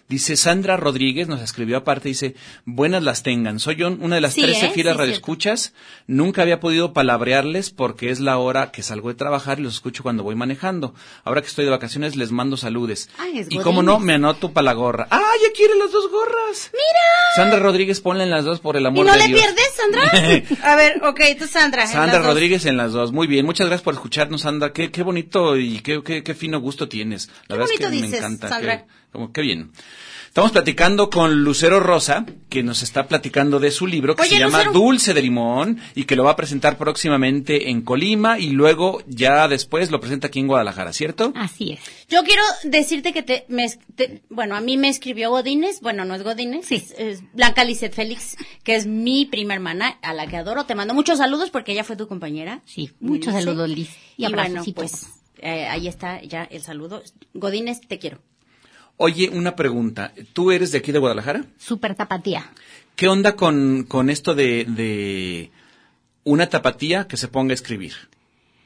Dice Sandra Rodríguez, nos escribió aparte, dice, buenas las tengan. Soy yo, una de las
Sí,
13
¿eh?
fieles
Sí,
radioescuchas. Nunca había podido palabrearles porque es la hora que salgo de trabajar y los escucho cuando voy manejando. Ahora que estoy de vacaciones les mando saludes.
Ay, es
y como no, me anoto para la gorra. ¡Ah, ya quiere las dos gorras!
¡Mira!
Sandra Rodríguez, ponle en las dos por el
¿Y
amor
no
de
le
Dios.
pierdes, Sandra? A ver, ok, tú Sandra. en
Sandra
las dos.
Rodríguez en las dos. Muy bien, muchas gracias por escucharnos, Sandra. Qué, qué bonito y qué, qué, qué fino gusto tienes. La
Qué
verdad es que
bonito
me
dices,
encanta.
Sandra.
Qué, como, qué bien. Estamos platicando con Lucero Rosa, que nos está platicando de su libro que
Oye,
se llama
Lucero.
Dulce de Limón y que lo va a presentar próximamente en Colima y luego ya después lo presenta aquí en Guadalajara, ¿cierto?
Ah.
Así es.
Yo quiero decirte que te, me es- te- bueno, a mí me escribió Godínez, bueno, no es Godínez, es, es Blanca Lizeth Félix, que es mi prima hermana, a la que adoro. Te mando muchos saludos porque ella fue tu compañera.
Sí, muchos
Sí.
saludos, Liz. Y,
Y, bueno,
abracitos.
pues eh, ahí está ya el saludo. Godínez, te quiero.
Oye, una pregunta. ¿Tú eres de aquí de Guadalajara?
Super tapatía.
¿Qué onda con, con esto de, de una tapatía que se ponga a escribir?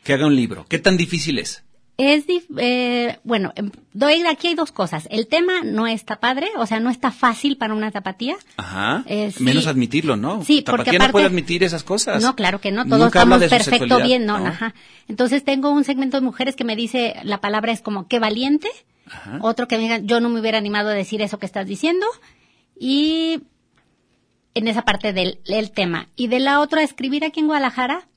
Que haga un libro. ¿Qué tan difícil es?
Es, dif- eh, bueno, em, doy, aquí hay dos cosas. El tema no está padre, o sea, no está fácil para una tapatía.
Ajá.
Eh, sí.
Menos admitirlo, ¿no?
Sí, porque
Tapatía no
aparte-
puede admitir esas cosas.
No, claro que no, todos
Nunca habla
estamos
de su
perfecto
sexualidad,
bien, no, ajá. Entonces tengo un segmento de mujeres que me dice, la palabra es como, qué valiente.
Ajá.
Otro que me diga, yo no me hubiera animado a decir eso que estás diciendo. Y en esa parte del el tema. Y de la otra, escribir aquí en Guadalajara,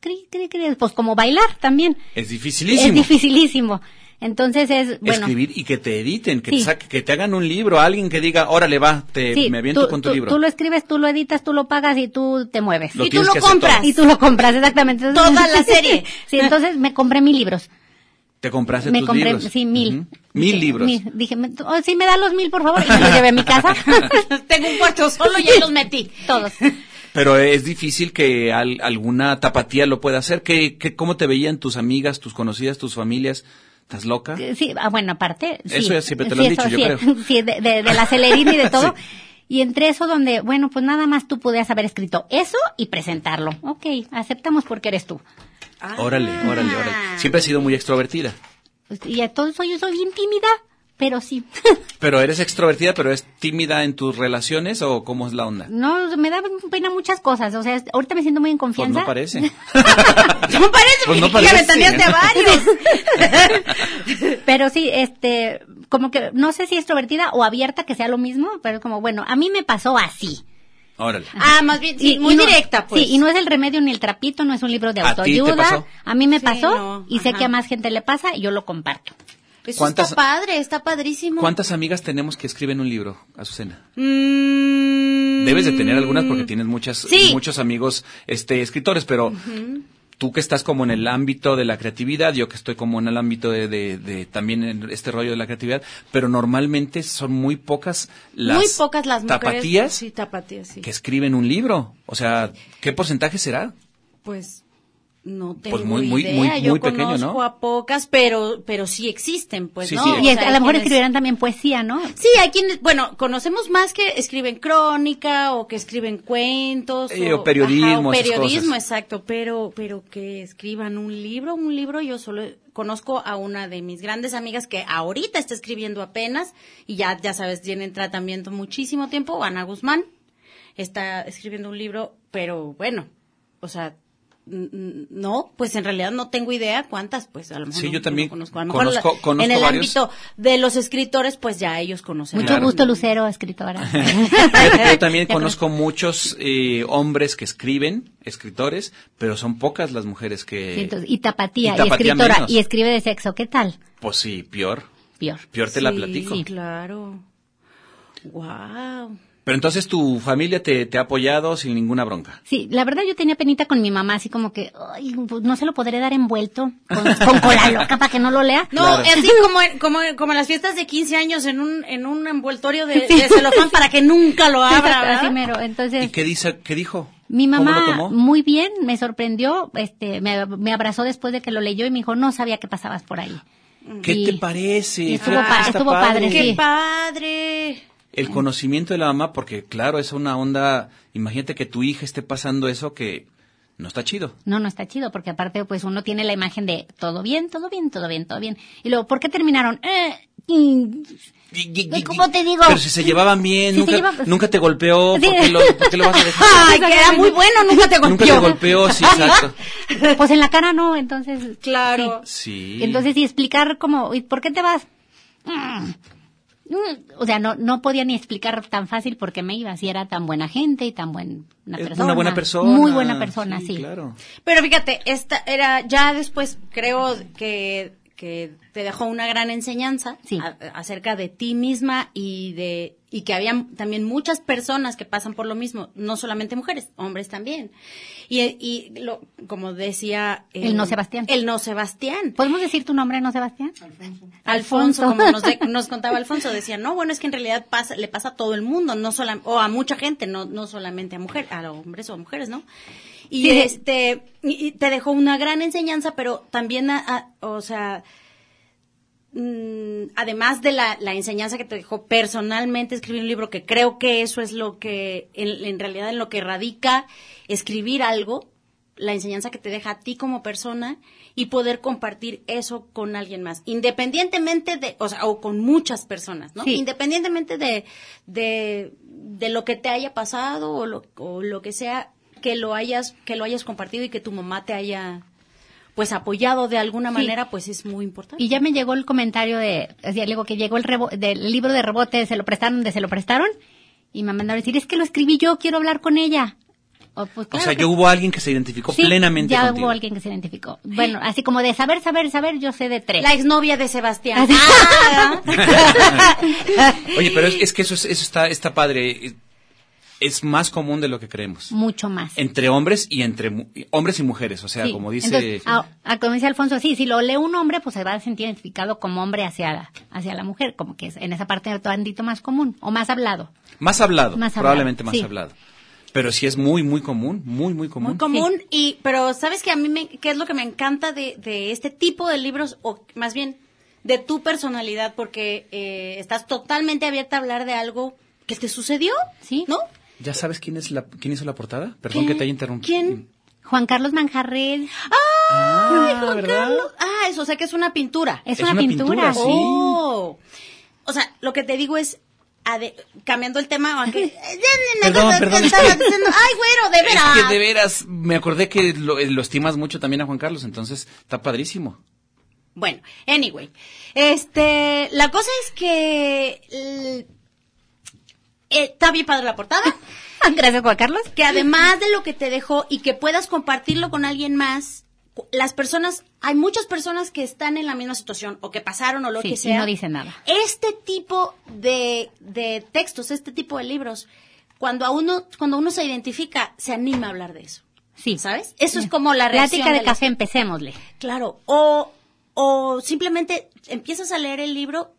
cri, cri, cri, pues como bailar también.
Es dificilísimo.
Es dificilísimo. Entonces es, bueno.
Escribir y que te editen, que,
Sí.
te saque- que te hagan un libro, alguien que diga, órale, va, te,
sí,
Eh, me aviento
tú-
con tu
tú-
libro.
Tú lo escribes, tú lo editas, tú lo pagas y tú te mueves.
Lo
y tú
tienes
lo
que hacer
compras.
todo.
Y tú lo compras, exactamente. Entonces-
Toda la serie.
sí, entonces me compré mis libros.
Te compraste
me
tus
compré,
libros.
sí, mil.
Ujú. Mil libros.
Mil. Dije, me- oh, sí, me da los mil, por favor. Y me los llevé a mi casa.
Tengo un puesto solo y ahí los metí.
Todos.
Pero es difícil que al- alguna tapatía lo pueda hacer. ¿Qué, qué, ¿Cómo te veían tus amigas, tus conocidas, tus familias? ¿Estás loca?
Eh, Sí, ah, bueno, aparte. sí.
Eso ya siempre te lo han
Sí, eso
dicho, yo
sí,
creo.
Sí, de, de- de la celerina y de todo. Y entre eso donde, bueno, pues nada más tú podías haber escrito eso y presentarlo. Ok, aceptamos porque eres tú.
Órale,
Ah.
órale, órale. Siempre has sido muy extrovertida.
Pues, Y a todo eso yo soy bien tímida, pero sí.
Pero eres extrovertida, pero es tímida en tus relaciones o cómo es la onda?
No, me da pena muchas cosas. O sea, es- ahorita me siento muy en
Pues
confianza.
no parece.
No parece,
Pues no
porque ya me
parece.
taneaste a varios. pero sí, este, como que no sé si extrovertida o abierta que sea lo mismo, pero es como, bueno, a mí me pasó así.
Órale.
Ah, más bien, sí,
Y-
muy
y no-
directa, pues.
Sí, y no es el remedio ni el trapito, no es un libro de
¿A ti te
autoayuda.
pasó?
A mí me
Sí,
pasó
no,
y sé
ajá.
que a más gente le pasa y yo lo comparto.
Eso
¿Cuántas-
está padre, está padrísimo.
¿Cuántas amigas tenemos que escriben un libro, Azucena?
Mm,
Debes de tener algunas porque tienes muchas,
Sí.
muchos amigos este, escritores, pero tú que estás como en el ámbito de la creatividad, yo que estoy como en el ámbito de, de- de también en este rollo de la creatividad, pero normalmente son muy pocas las,
muy pocas las mujeres.
tapatías
Sí, tapatías, sí.
que escriben un libro. O sea, ¿qué porcentaje será?
Pues no tengo
Pues muy- muy-
idea.
muy- muy
Yo
pequeño, ¿no?
conozco a pocas, pero, pero sí existen, pues
Sí,
no.
sí.
O
y
sea,
es- a lo mejor
quienes-
escribirán también poesía, ¿no?
Sí, hay quienes, bueno, conocemos más que escriben crónica o que escriben cuentos
Eh, o periodismo,
o
esas
periodismo,
cosas.
exacto, pero pero que escriban un libro, un libro yo solo conozco a una de mis grandes amigas que ahorita está escribiendo apenas y ya ya sabes, tiene en tratamiento muchísimo tiempo, Ana Guzmán está escribiendo un libro, pero bueno, o sea, n- n- no, pues en realidad no tengo idea cuántas, pues a lo mejor
Sí,
no-
yo
no
también
conozco, a lo mejor
conozco-
la-
conozco
en el
varios.
ámbito de los escritores, pues ya ellos conocen.
Mucho
Claro.
gusto, Lucero, escritora.
Yo, yo también
Ya
conozco muchos eh, hombres que escriben, escritores, pero son pocas las mujeres que...
Sí, entonces, y tapatía,
y
y,
tapatía
escritora,
menos.
y escribe de sexo, ¿qué tal?
Pues sí, peor.
Peor.
Peor te la platico.
Sí, claro. Wow.
Pero entonces tu familia te, te ha apoyado sin ninguna bronca.
Sí, la verdad yo tenía penita con mi mamá, así como que, "Ay, pues, no se lo podré dar envuelto con, con cola loca para que no lo lea.
No,
Claro.
así como en, como, en- como en las fiestas de 15 años en un, en un envoltorio de, de celofán para que nunca lo abra,
Exacto,
¿verdad?
así mero. Entonces,
¿Y qué, dice, qué dijo?
Este. Mi
¿Cómo lo
mamá
tomó?
muy bien, me sorprendió, este, me, me abrazó después de que lo leyó y me dijo, no sabía que pasabas por ahí.
Mm.
¿Qué
y-
te parece?
y estuvo
Fíjate que
pa-
está
estuvo padre,
¡Qué
Sí.
padre!
El conocimiento de la mamá, porque claro, es una onda... Imagínate que tu hija esté pasando eso que no está chido.
No, no está chido, porque aparte, pues uno tiene la imagen de todo bien, todo bien, todo bien, todo bien. Y luego, ¿por qué terminaron? Eh, mm, Ay, ¿cómo te digo?
Pero si se llevaban bien,
Si se
nunca,
lleva-
nunca te golpeó,
Sí.
¿por, qué lo, por qué lo vas a dejar?
¡Ay, que era muy bueno! Nunca te
Nunca te
golpeó.
golpeó, sí, exacto.
pues en la cara no, entonces.
Claro.
Sí.
sí. Entonces, y explicar como, "¿Y ¿por qué te vas? Mm, mm". O sea, no, no podía ni explicar tan fácil por qué me iba, si era tan buena gente y tan buena
Es
persona.
una buena persona.
Muy buena persona, sí.
Claro.
Pero fíjate, esta era ya después creo que, que te dejó una gran enseñanza
Sí.
a- acerca de ti misma y de y que había también muchas personas que pasan por lo mismo, no solamente mujeres, hombres también. Y, y lo, como decía eh,
El no Sebastián.
El no Sebastián.
¿Podemos decir tu nombre, no, Sebastián?
Alfonso,
Alfonso.
como nos, de- nos contaba Alfonso, decía, no, bueno, es que en realidad pasa, le pasa a todo el mundo, no sola, o a mucha gente, no, no solamente a mujeres, a hombres o a mujeres, ¿no? Y
Sí, sí.
este, y- y te dejó una gran enseñanza, pero también, a- a- o sea, mm, además de la, la enseñanza que te dejó personalmente escribir un libro, que creo que eso es lo que, en, en realidad, en lo que radica escribir algo, la enseñanza que te deja a ti como persona y poder compartir eso con alguien más, independientemente de, o sea, o con muchas personas, ¿no?
Sí.
Independientemente de, de, de lo que te haya pasado o lo, o lo que sea, que lo hayas, que lo hayas compartido y que tu mamá te haya pues apoyado de alguna
Sí.
manera, pues es muy importante.
Y ya me llegó el comentario de, o sea, le digo que llegó el rebo- del libro de rebote, se lo prestaron, de se lo prestaron, y me mandaron a decir, es que lo escribí yo, quiero hablar con ella. O, pues,
O
claro
sea,
que
yo hubo alguien que se identificó
sí,
plenamente
ya
contigo.
hubo alguien que se identificó. Bueno, así como de saber, saber, saber, yo sé de tres.
La exnovia de
Ah,
Sebastián. Ah.
Así.
Oye, pero es, es que eso, es- eso está, está padre. Es más común de lo que creemos.
Mucho más.
Entre hombres y entre mu- hombres y mujeres. O sea,
Sí.
como dice.
Entonces, ah, a- a- como dice Alfonso, sí, si lo lee un hombre, pues se va a sentir identificado como hombre hacia, hacia la mujer, como que es en esa parte del ámbito más común o más hablado.
Más hablado,
Más hablado,
probablemente más
sí.
hablado. Pero sí es muy, muy común, muy, muy común.
Muy común, y, pero ¿sabes que a mí me, qué es lo que me encanta de, de este tipo de libros, o más bien de tu personalidad? Porque eh, estás totalmente abierta a hablar de algo que te sucedió, ¿sí? ¿No?
¿Ya sabes quién, es la, quién hizo la portada? Perdón que
¿Quién?
te haya interrumpido.
¿Quién?
Juan Carlos Manjarres.
¡Ay,
Ah,
Juan
¿verdad? Eh,
Carlos! Ah, eso, o sea que es una pintura.
Es, una, pintura.
sí.
Oh. O sea, lo que te digo es, ade- cambiando el tema, aunque...
Perdón, perdón, es que-
Ay, güero, de veras.
Es que de veras, me acordé que lo, eh, lo estimas mucho también a Juan Carlos, entonces está padrísimo.
Bueno, anyway. Este, la cosa es que l- eh, está bien padre la portada,
Gracias, Juan Carlos.
que además de lo que te dejó y que puedas compartirlo con alguien más, cu- las personas, hay muchas personas que están en la misma situación o que pasaron o lo
Sí,
que
y
sea.
no dicen nada.
Este tipo de, de textos, este tipo de libros, cuando a uno, cuando uno se identifica, se anima a hablar de eso.
Sí.
¿Sabes? Eso es como la reacción
Plática de,
de las
café, empecémosle.
Claro, o, o simplemente empiezas a leer el libro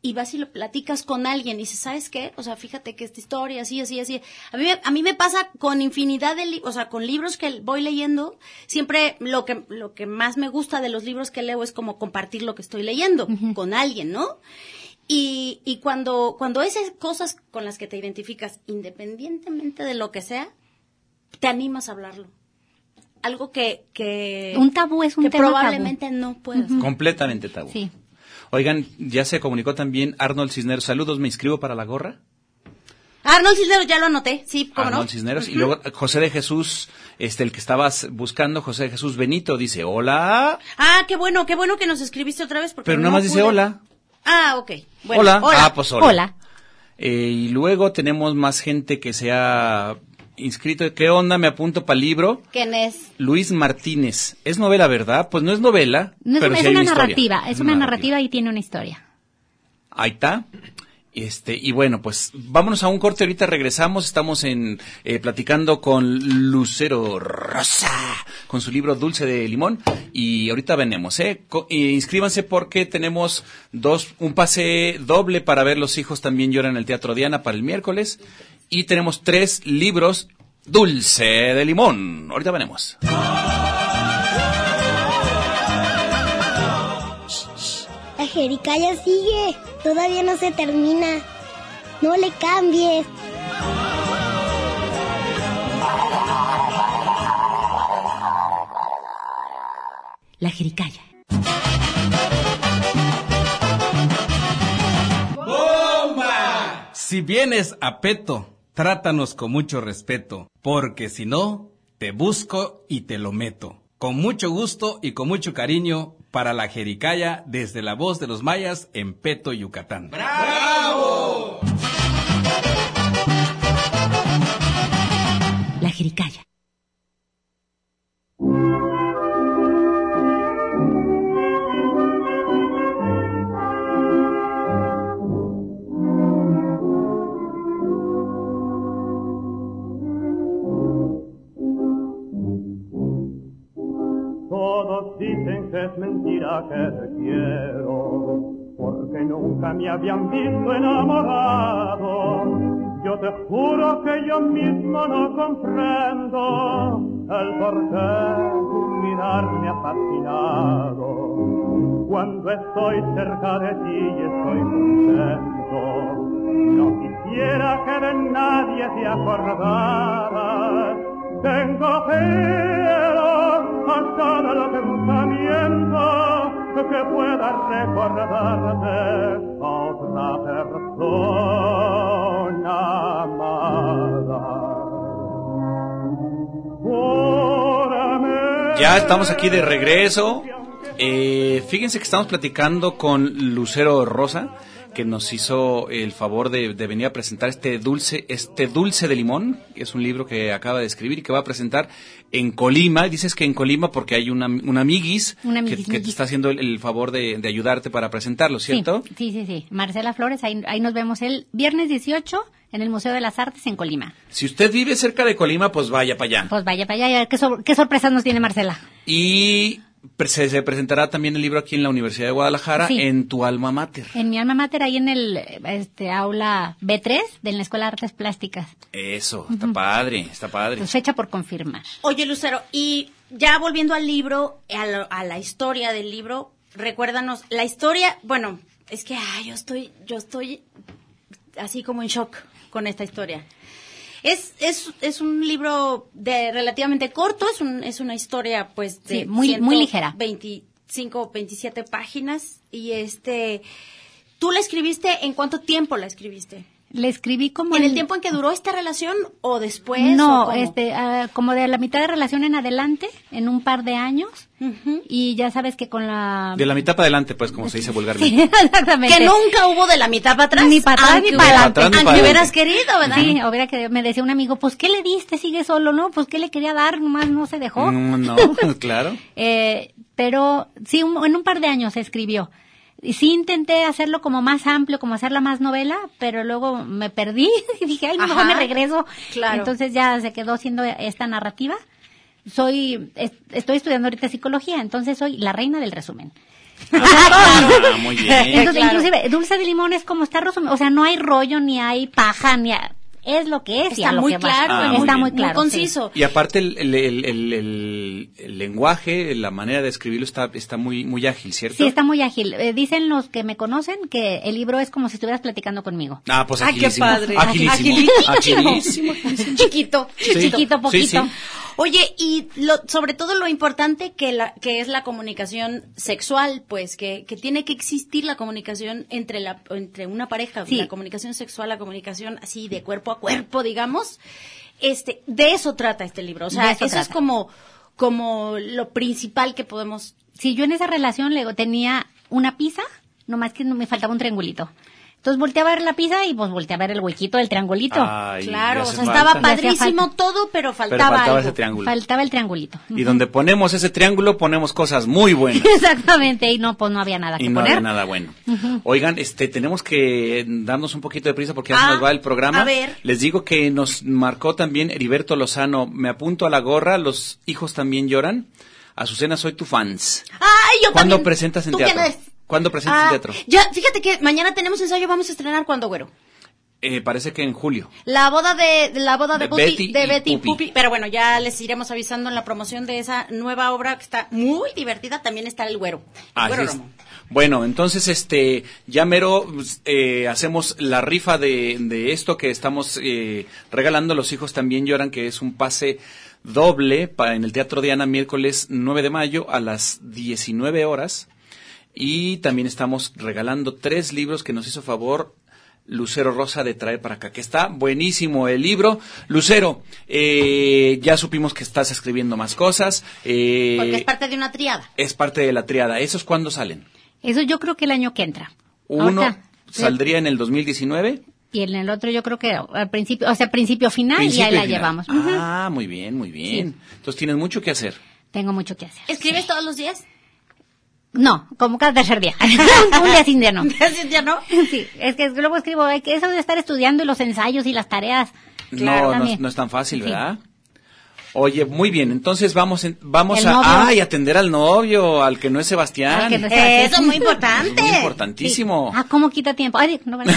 y vas y lo platicas con alguien y dices, ¿sabes qué? O sea, fíjate que esta historia, así, así, así. A mí, me- a mí me pasa con infinidad de libros, o sea, con libros que voy leyendo, siempre lo que, lo que más me gusta de los libros que leo es como compartir lo que estoy leyendo con alguien, ¿no? Y, y cuando, cuando esas cosas con las que te identificas, independientemente de lo que sea, te animas a hablarlo. Algo que... que
Un tabú es un
que
tema tabú.
probablemente no puedas.
Mm.
Completamente tabú.
Sí.
Oigan, ya se comunicó también Arnold Cisneros. Saludos, me inscribo para la gorra.
Arnold Cisneros, ya lo anoté, sí, ¿cómo
Arnold
no?
Cisneros. Y luego José de Jesús, este, el que estabas buscando, José de Jesús Benito, dice hola,
Ah, qué bueno, qué bueno que nos escribiste otra vez. Porque
pero
no
nada más dice
pude.
hola.
Ah, ok. Bueno,
hola.
hola.
Ah, pues hola.
Hola.
Eh, y luego tenemos más gente que se ha inscrito. ¿Qué onda? Me apunto para el libro.
¿Quién es?
Luis Martínez. Es novela, ¿verdad? Pues no es novela.
No es,
pero
una-
sí
es
hay
una
historia.
narrativa, es una narrativa y tiene una historia.
Ahí está. Este, y bueno, pues vámonos a un corte. Ahorita regresamos. Estamos en eh, platicando con Lucero Rosa, con su libro Dulce de Limón. Y ahorita venimos, ¿eh? Co- eh, inscríbanse porque tenemos dos, un pase doble para ver Los hijos también lloran en el Teatro Diana para el miércoles. Y tenemos tres libros Dulce de Limón. Ahorita venimos.
La jericaya sigue, todavía no se termina. No le cambies.
La Jericaya.
Si vienes a Peto, trátanos con mucho respeto, porque si no, te busco y te lo meto. Con mucho gusto y con mucho cariño para la Jericaya desde la voz de los mayas en Peto, Yucatán.
La Jericaya.
Todos dicen que es mentira que te quiero, porque nunca me habían visto enamorado. Yo te juro que yo mismo no comprendo el por qué tu mirar me ha fascinado. Cuando estoy cerca de ti y estoy contento, no quisiera que de nadie te acordaras. Tengo pero a cada pensamiento que pueda recordarte a otra persona amada.
Ya estamos aquí de regreso. Eh, fíjense que estamos platicando con Lucero Rosa, que nos hizo el favor de, de venir a presentar este dulce, este dulce de limón, que es un libro que acaba de escribir y que va a presentar en Colima. Dices que en Colima porque hay una, una amiguis,
Una
que,
amiguis,
que te
amiguis.
está haciendo el, el favor de, de ayudarte para presentarlo, ¿cierto?
Sí, sí, sí. sí. Marcela Flores, ahí, ahí nos vemos el viernes 18 en el Museo de las Artes en Colima.
Si usted vive cerca de Colima, pues vaya para allá.
Pues vaya para allá y a ver qué, sor- qué sorpresas nos tiene Marcela.
Y se, se presentará también el libro aquí en la Universidad de Guadalajara,
Sí.
en tu alma mater.
En mi alma mater, ahí en el este, aula B3 de la Escuela de Artes Plásticas.
Eso, está
Ujú.
padre, está padre.
Pues fecha por confirmar.
Oye, Lucero, y ya volviendo al libro, a, lo- a la historia del libro, recuérdanos, la historia, bueno, es que ah, yo estoy, yo estoy así como en shock con esta historia. Es, es, es un libro de relativamente corto, es, un, es una historia pues de
Sí, muy- muy ligera.
25 o 27 páginas y este, ¿tú la escribiste en cuánto tiempo la escribiste?
Le escribí como...
¿En el
en-
tiempo en que duró esta relación o después? o
No,
cómo?
este, ah, como de la mitad de relación en adelante, en un par de años. Y ya sabes que con la...
De la mitad para adelante, pues, como se dice vulgarmente.
Sí, exactamente.
Que nunca hubo de la mitad para atrás.
Ni para atrás ni
Aunque
para
hubiera-
adelante.
Ni para atrás ni para
Aunque hubieras
adelante.
querido, ¿verdad?
Sí, hubiera que me decía un amigo, pues ¿qué le diste? Sigue solo, ¿no? Pues ¿qué le quería dar? Nomás no se dejó.
No, Mm, no, claro.
Eh, pero sí, un- en un par de años se escribió. Y sí intenté hacerlo como más amplio, como hacerla más novela, pero luego me perdí y dije, ay, mejor
Ajá,
me regreso.
claro.
Entonces ya se quedó siendo esta narrativa. Soy, es- estoy estudiando ahorita psicología, entonces soy la reina del resumen.
Ah, muy bien.
Entonces,
claro.
inclusive, dulce de limón es como está resumido. O sea, no hay rollo, ni hay paja, ni hay- es lo que es. y
Está
a lo
muy
que va.
claro,
Ah, muy
está
bien.
muy claro.
Muy
sí.
conciso.
Y aparte el, el- el- el- el- el lenguaje, la manera de escribirlo está, está muy, muy ágil, ¿cierto?
Sí, está muy ágil. Eh, dicen los que me conocen que el libro es como si estuvieras platicando conmigo.
Ah, pues
Ah, qué
agilísimo.
padre.
Agilísimo.
Agilísimo.
Agilísimo.
Chiquito, chiquito.
Chiquito, poquito.
Sí, sí.
Oye, y lo, sobre todo lo importante que, la, que es la comunicación sexual, pues, que, que tiene que existir la comunicación entre, la, entre una pareja,
Sí.
la comunicación sexual, la comunicación así de cuerpo a cuerpo, digamos. Este, de eso trata este libro. O sea,
De
eso,
eso
es
trata.
como, como lo principal que podemos.
Sí, yo en esa relación le digo, tenía una pizza, nomás que no me faltaba un triangulito. Entonces volteé a ver la pizza y pues volteé a ver el huequito del triangulito.
Ay,
claro,
le
o
hace
sea,
falta.
estaba
Le hacía
padrísimo
falta.
todo, pero
Pero
faltaba,
faltaba
algo.
ese triángulo.
Faltaba el triangulito.
Y donde ponemos ese triángulo ponemos cosas muy buenas.
Exactamente, y no, pues no había nada
Y
que
no
poner.
había nada bueno.
Ujú.
Oigan, este, tenemos que darnos un poquito de prisa porque ya
Ah,
se nos va el programa.
a ver.
Les digo que nos marcó también Heriberto Lozano. Me apunto a la gorra, los hijos también lloran. Azucena, soy tu fans.
Ay, yo
¿Cuándo
también.
presentas en
¿Tú
teatro?
quién eres?
¿Cuándo presentas
Ah,
en teatro?
Ya, fíjate que mañana tenemos ensayo, vamos a estrenar cuando, güero.
Eh, parece que en julio.
La boda de, de la boda de,
De
Buti-
Betty
de
y
Betty y
Pupi.
Pupi. Pero bueno, ya les iremos avisando en la promoción de esa nueva obra que está muy divertida. También está el güero. El
Así
güero
es.
Romo.
Bueno, entonces, este, ya mero pues, eh, hacemos la rifa de, de esto que estamos eh, regalando. Los hijos también lloran, que es un pase doble para, en el Teatro Diana miércoles 9 de mayo a las 19 horas. Y también estamos regalando tres libros que nos hizo favor Lucero Rosa de traer para acá, que está buenísimo el libro. Lucero, eh, ya supimos que estás escribiendo más cosas. eh,
Porque es parte de una triada.
es parte de la triada. ¿Esos cuándo salen?
Eso yo creo que el año que entra.
Uno
Ahorita.
saldría en el 2019.
Y en el otro yo creo que al principio, o sea, principio final Ah, y
principio
ahí la
final.
llevamos. Ujú.
Ah, muy bien, muy bien. Entonces tienes mucho que hacer.
Tengo mucho que hacer.
¿Escribes todos los días?
No, como cada tercer día. un día sin día no.
Así ya no.
Sí, es que luego escribo, eh, que eso de estar estudiando y los ensayos y las tareas. Claro,
no, no, es-
también.
no es tan fácil,
Sí.
¿verdad? Oye, muy bien. Entonces vamos, en- vamos
El
a
novio.
ay, atender al novio, al que no es Sebastián.
Al que no es-
Eso es muy
Es
importante.
muy importantísimo.
Ah, ¿cómo quita tiempo? Ay, no, vale.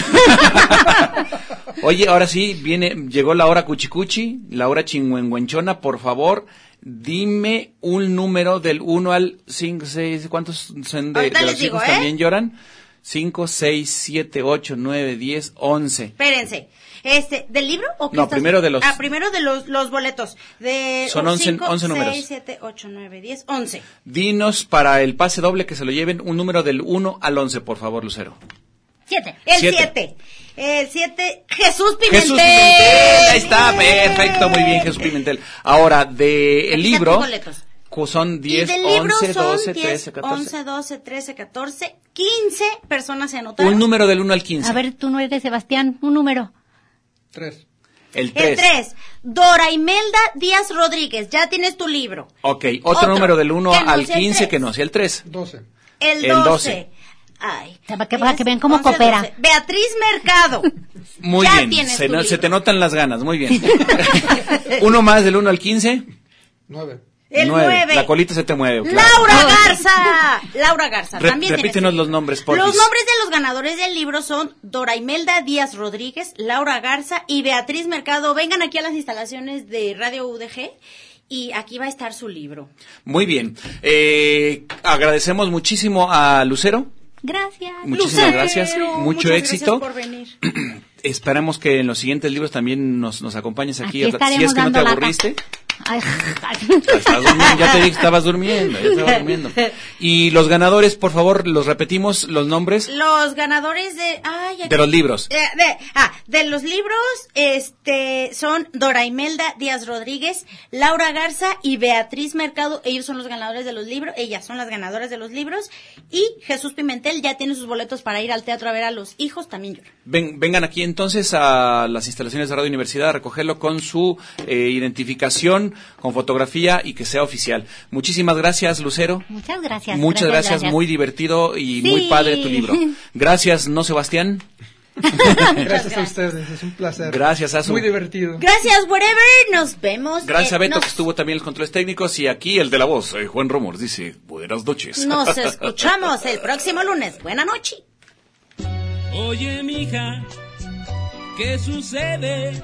Oye, ahora sí viene, llegó la hora cuchicuchi, la hora chingüengüenchona. Por favor, dime un número del 1 al 5, 6, ¿cuántos son de,
Ahorita
de los
les digo,
hijos
¿eh?
también lloran? 5, 6, 7, 8, 9, 10, 11.
Espérense. Este, ¿Del libro o qué
No,
estás-
primero de los-
Ah, primero de los, los boletos. De
Son once- once números.
6, 7, 8, 9, 10, 11.
Dinos para el pase doble que se lo lleven un número del 1 al 11, por favor, Lucero.
7. El
Siete.
7. El 7. Jesús Pimentel.
Jesús Pimentel, ahí está, perfecto, muy bien, Jesús Pimentel. Ahora, de el
Aquí están
libro,
tus boletos.
cu- son
Y
10,
del libro
11,
son
12,
10,
13, 14.
11, 12, 13, 14, 15 personas se anotaron.
Un número del 1 al 15.
A ver, tú no eres Sebastián, un número.
Tres.
el 3.
El 3, Dora Imelda Díaz Rodríguez, ya tienes tu libro.
Ok, otro,
Otro,
número del 1
que no
al
sea el
15 que
tres.
no sea el 3.
Doce.
El
El
12.
12.
Ay,
Para que- para que vean cómo
11,
coopera.
12. Beatriz Mercado.
Muy
Ya
bien,
tienes
se,
tu
no-
libro.
se te notan las ganas, muy bien. uno más del 1 al 15.
Nueve.
El
Nueve.
nueve.
La colita se te mueve. claro.
Laura Garza. Laura Garza.
Re-
también tiene
repítenos
su
los
libro.
nombres, porfis.
Los nombres de los ganadores del libro son Dora Imelda Díaz Rodríguez, Laura Garza y Beatriz Mercado. Vengan aquí a las instalaciones de Radio UDG y aquí va a estar su libro.
Muy bien. Eh, agradecemos muchísimo a Lucero.
Gracias.
Muchísimas gracias.
Lucero,
Mucho
muchas Gracias
éxito.
por venir.
Esperamos que en los siguientes libros también nos, nos acompañes aquí. si
Aquí
es
estaremos
que no te
dando lata.
aburriste.
Ay,
Estás durmiendo, ya te dije que estabas durmiendo, ya estabas durmiendo. Y los ganadores, por favor, los repetimos, los nombres.
Los ganadores de. ay, aquí-
De los libros.
Eh, de, ah, de los libros este, son Dora Imelda Díaz Rodríguez, Laura Garza y Beatriz Mercado. Ellos son los ganadores de los libros. Ellas son las ganadoras de los libros. Y Jesús Pimentel ya tiene sus boletos para ir al teatro a ver a los hijos. También llora.
Ven- vengan aquí entonces a las instalaciones de Radio Universidad a recogerlo con su eh, identificación, con fotografía y que sea oficial. Muchísimas gracias, Lucero.
Muchas gracias.
Muchas gracias, muy divertido y muy
Sí.
padre tu libro. Gracias, no Sebastián.
Gracias a ustedes, es un placer.
Gracias, Azu.
Muy divertido.
Gracias, whatever. Nos vemos.
Gracias
eh,
a Beto, que
nos-
estuvo también en los controles técnicos, y aquí el de la voz, eh, Juan Romor, dice, buenas noches.
Nos escuchamos el próximo lunes. Buena noche.
Oye, mija, ¿qué sucede?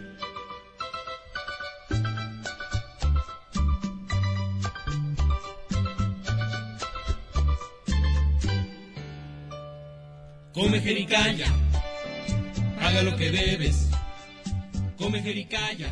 Come jericaya, paga lo que debes. Come jericaya.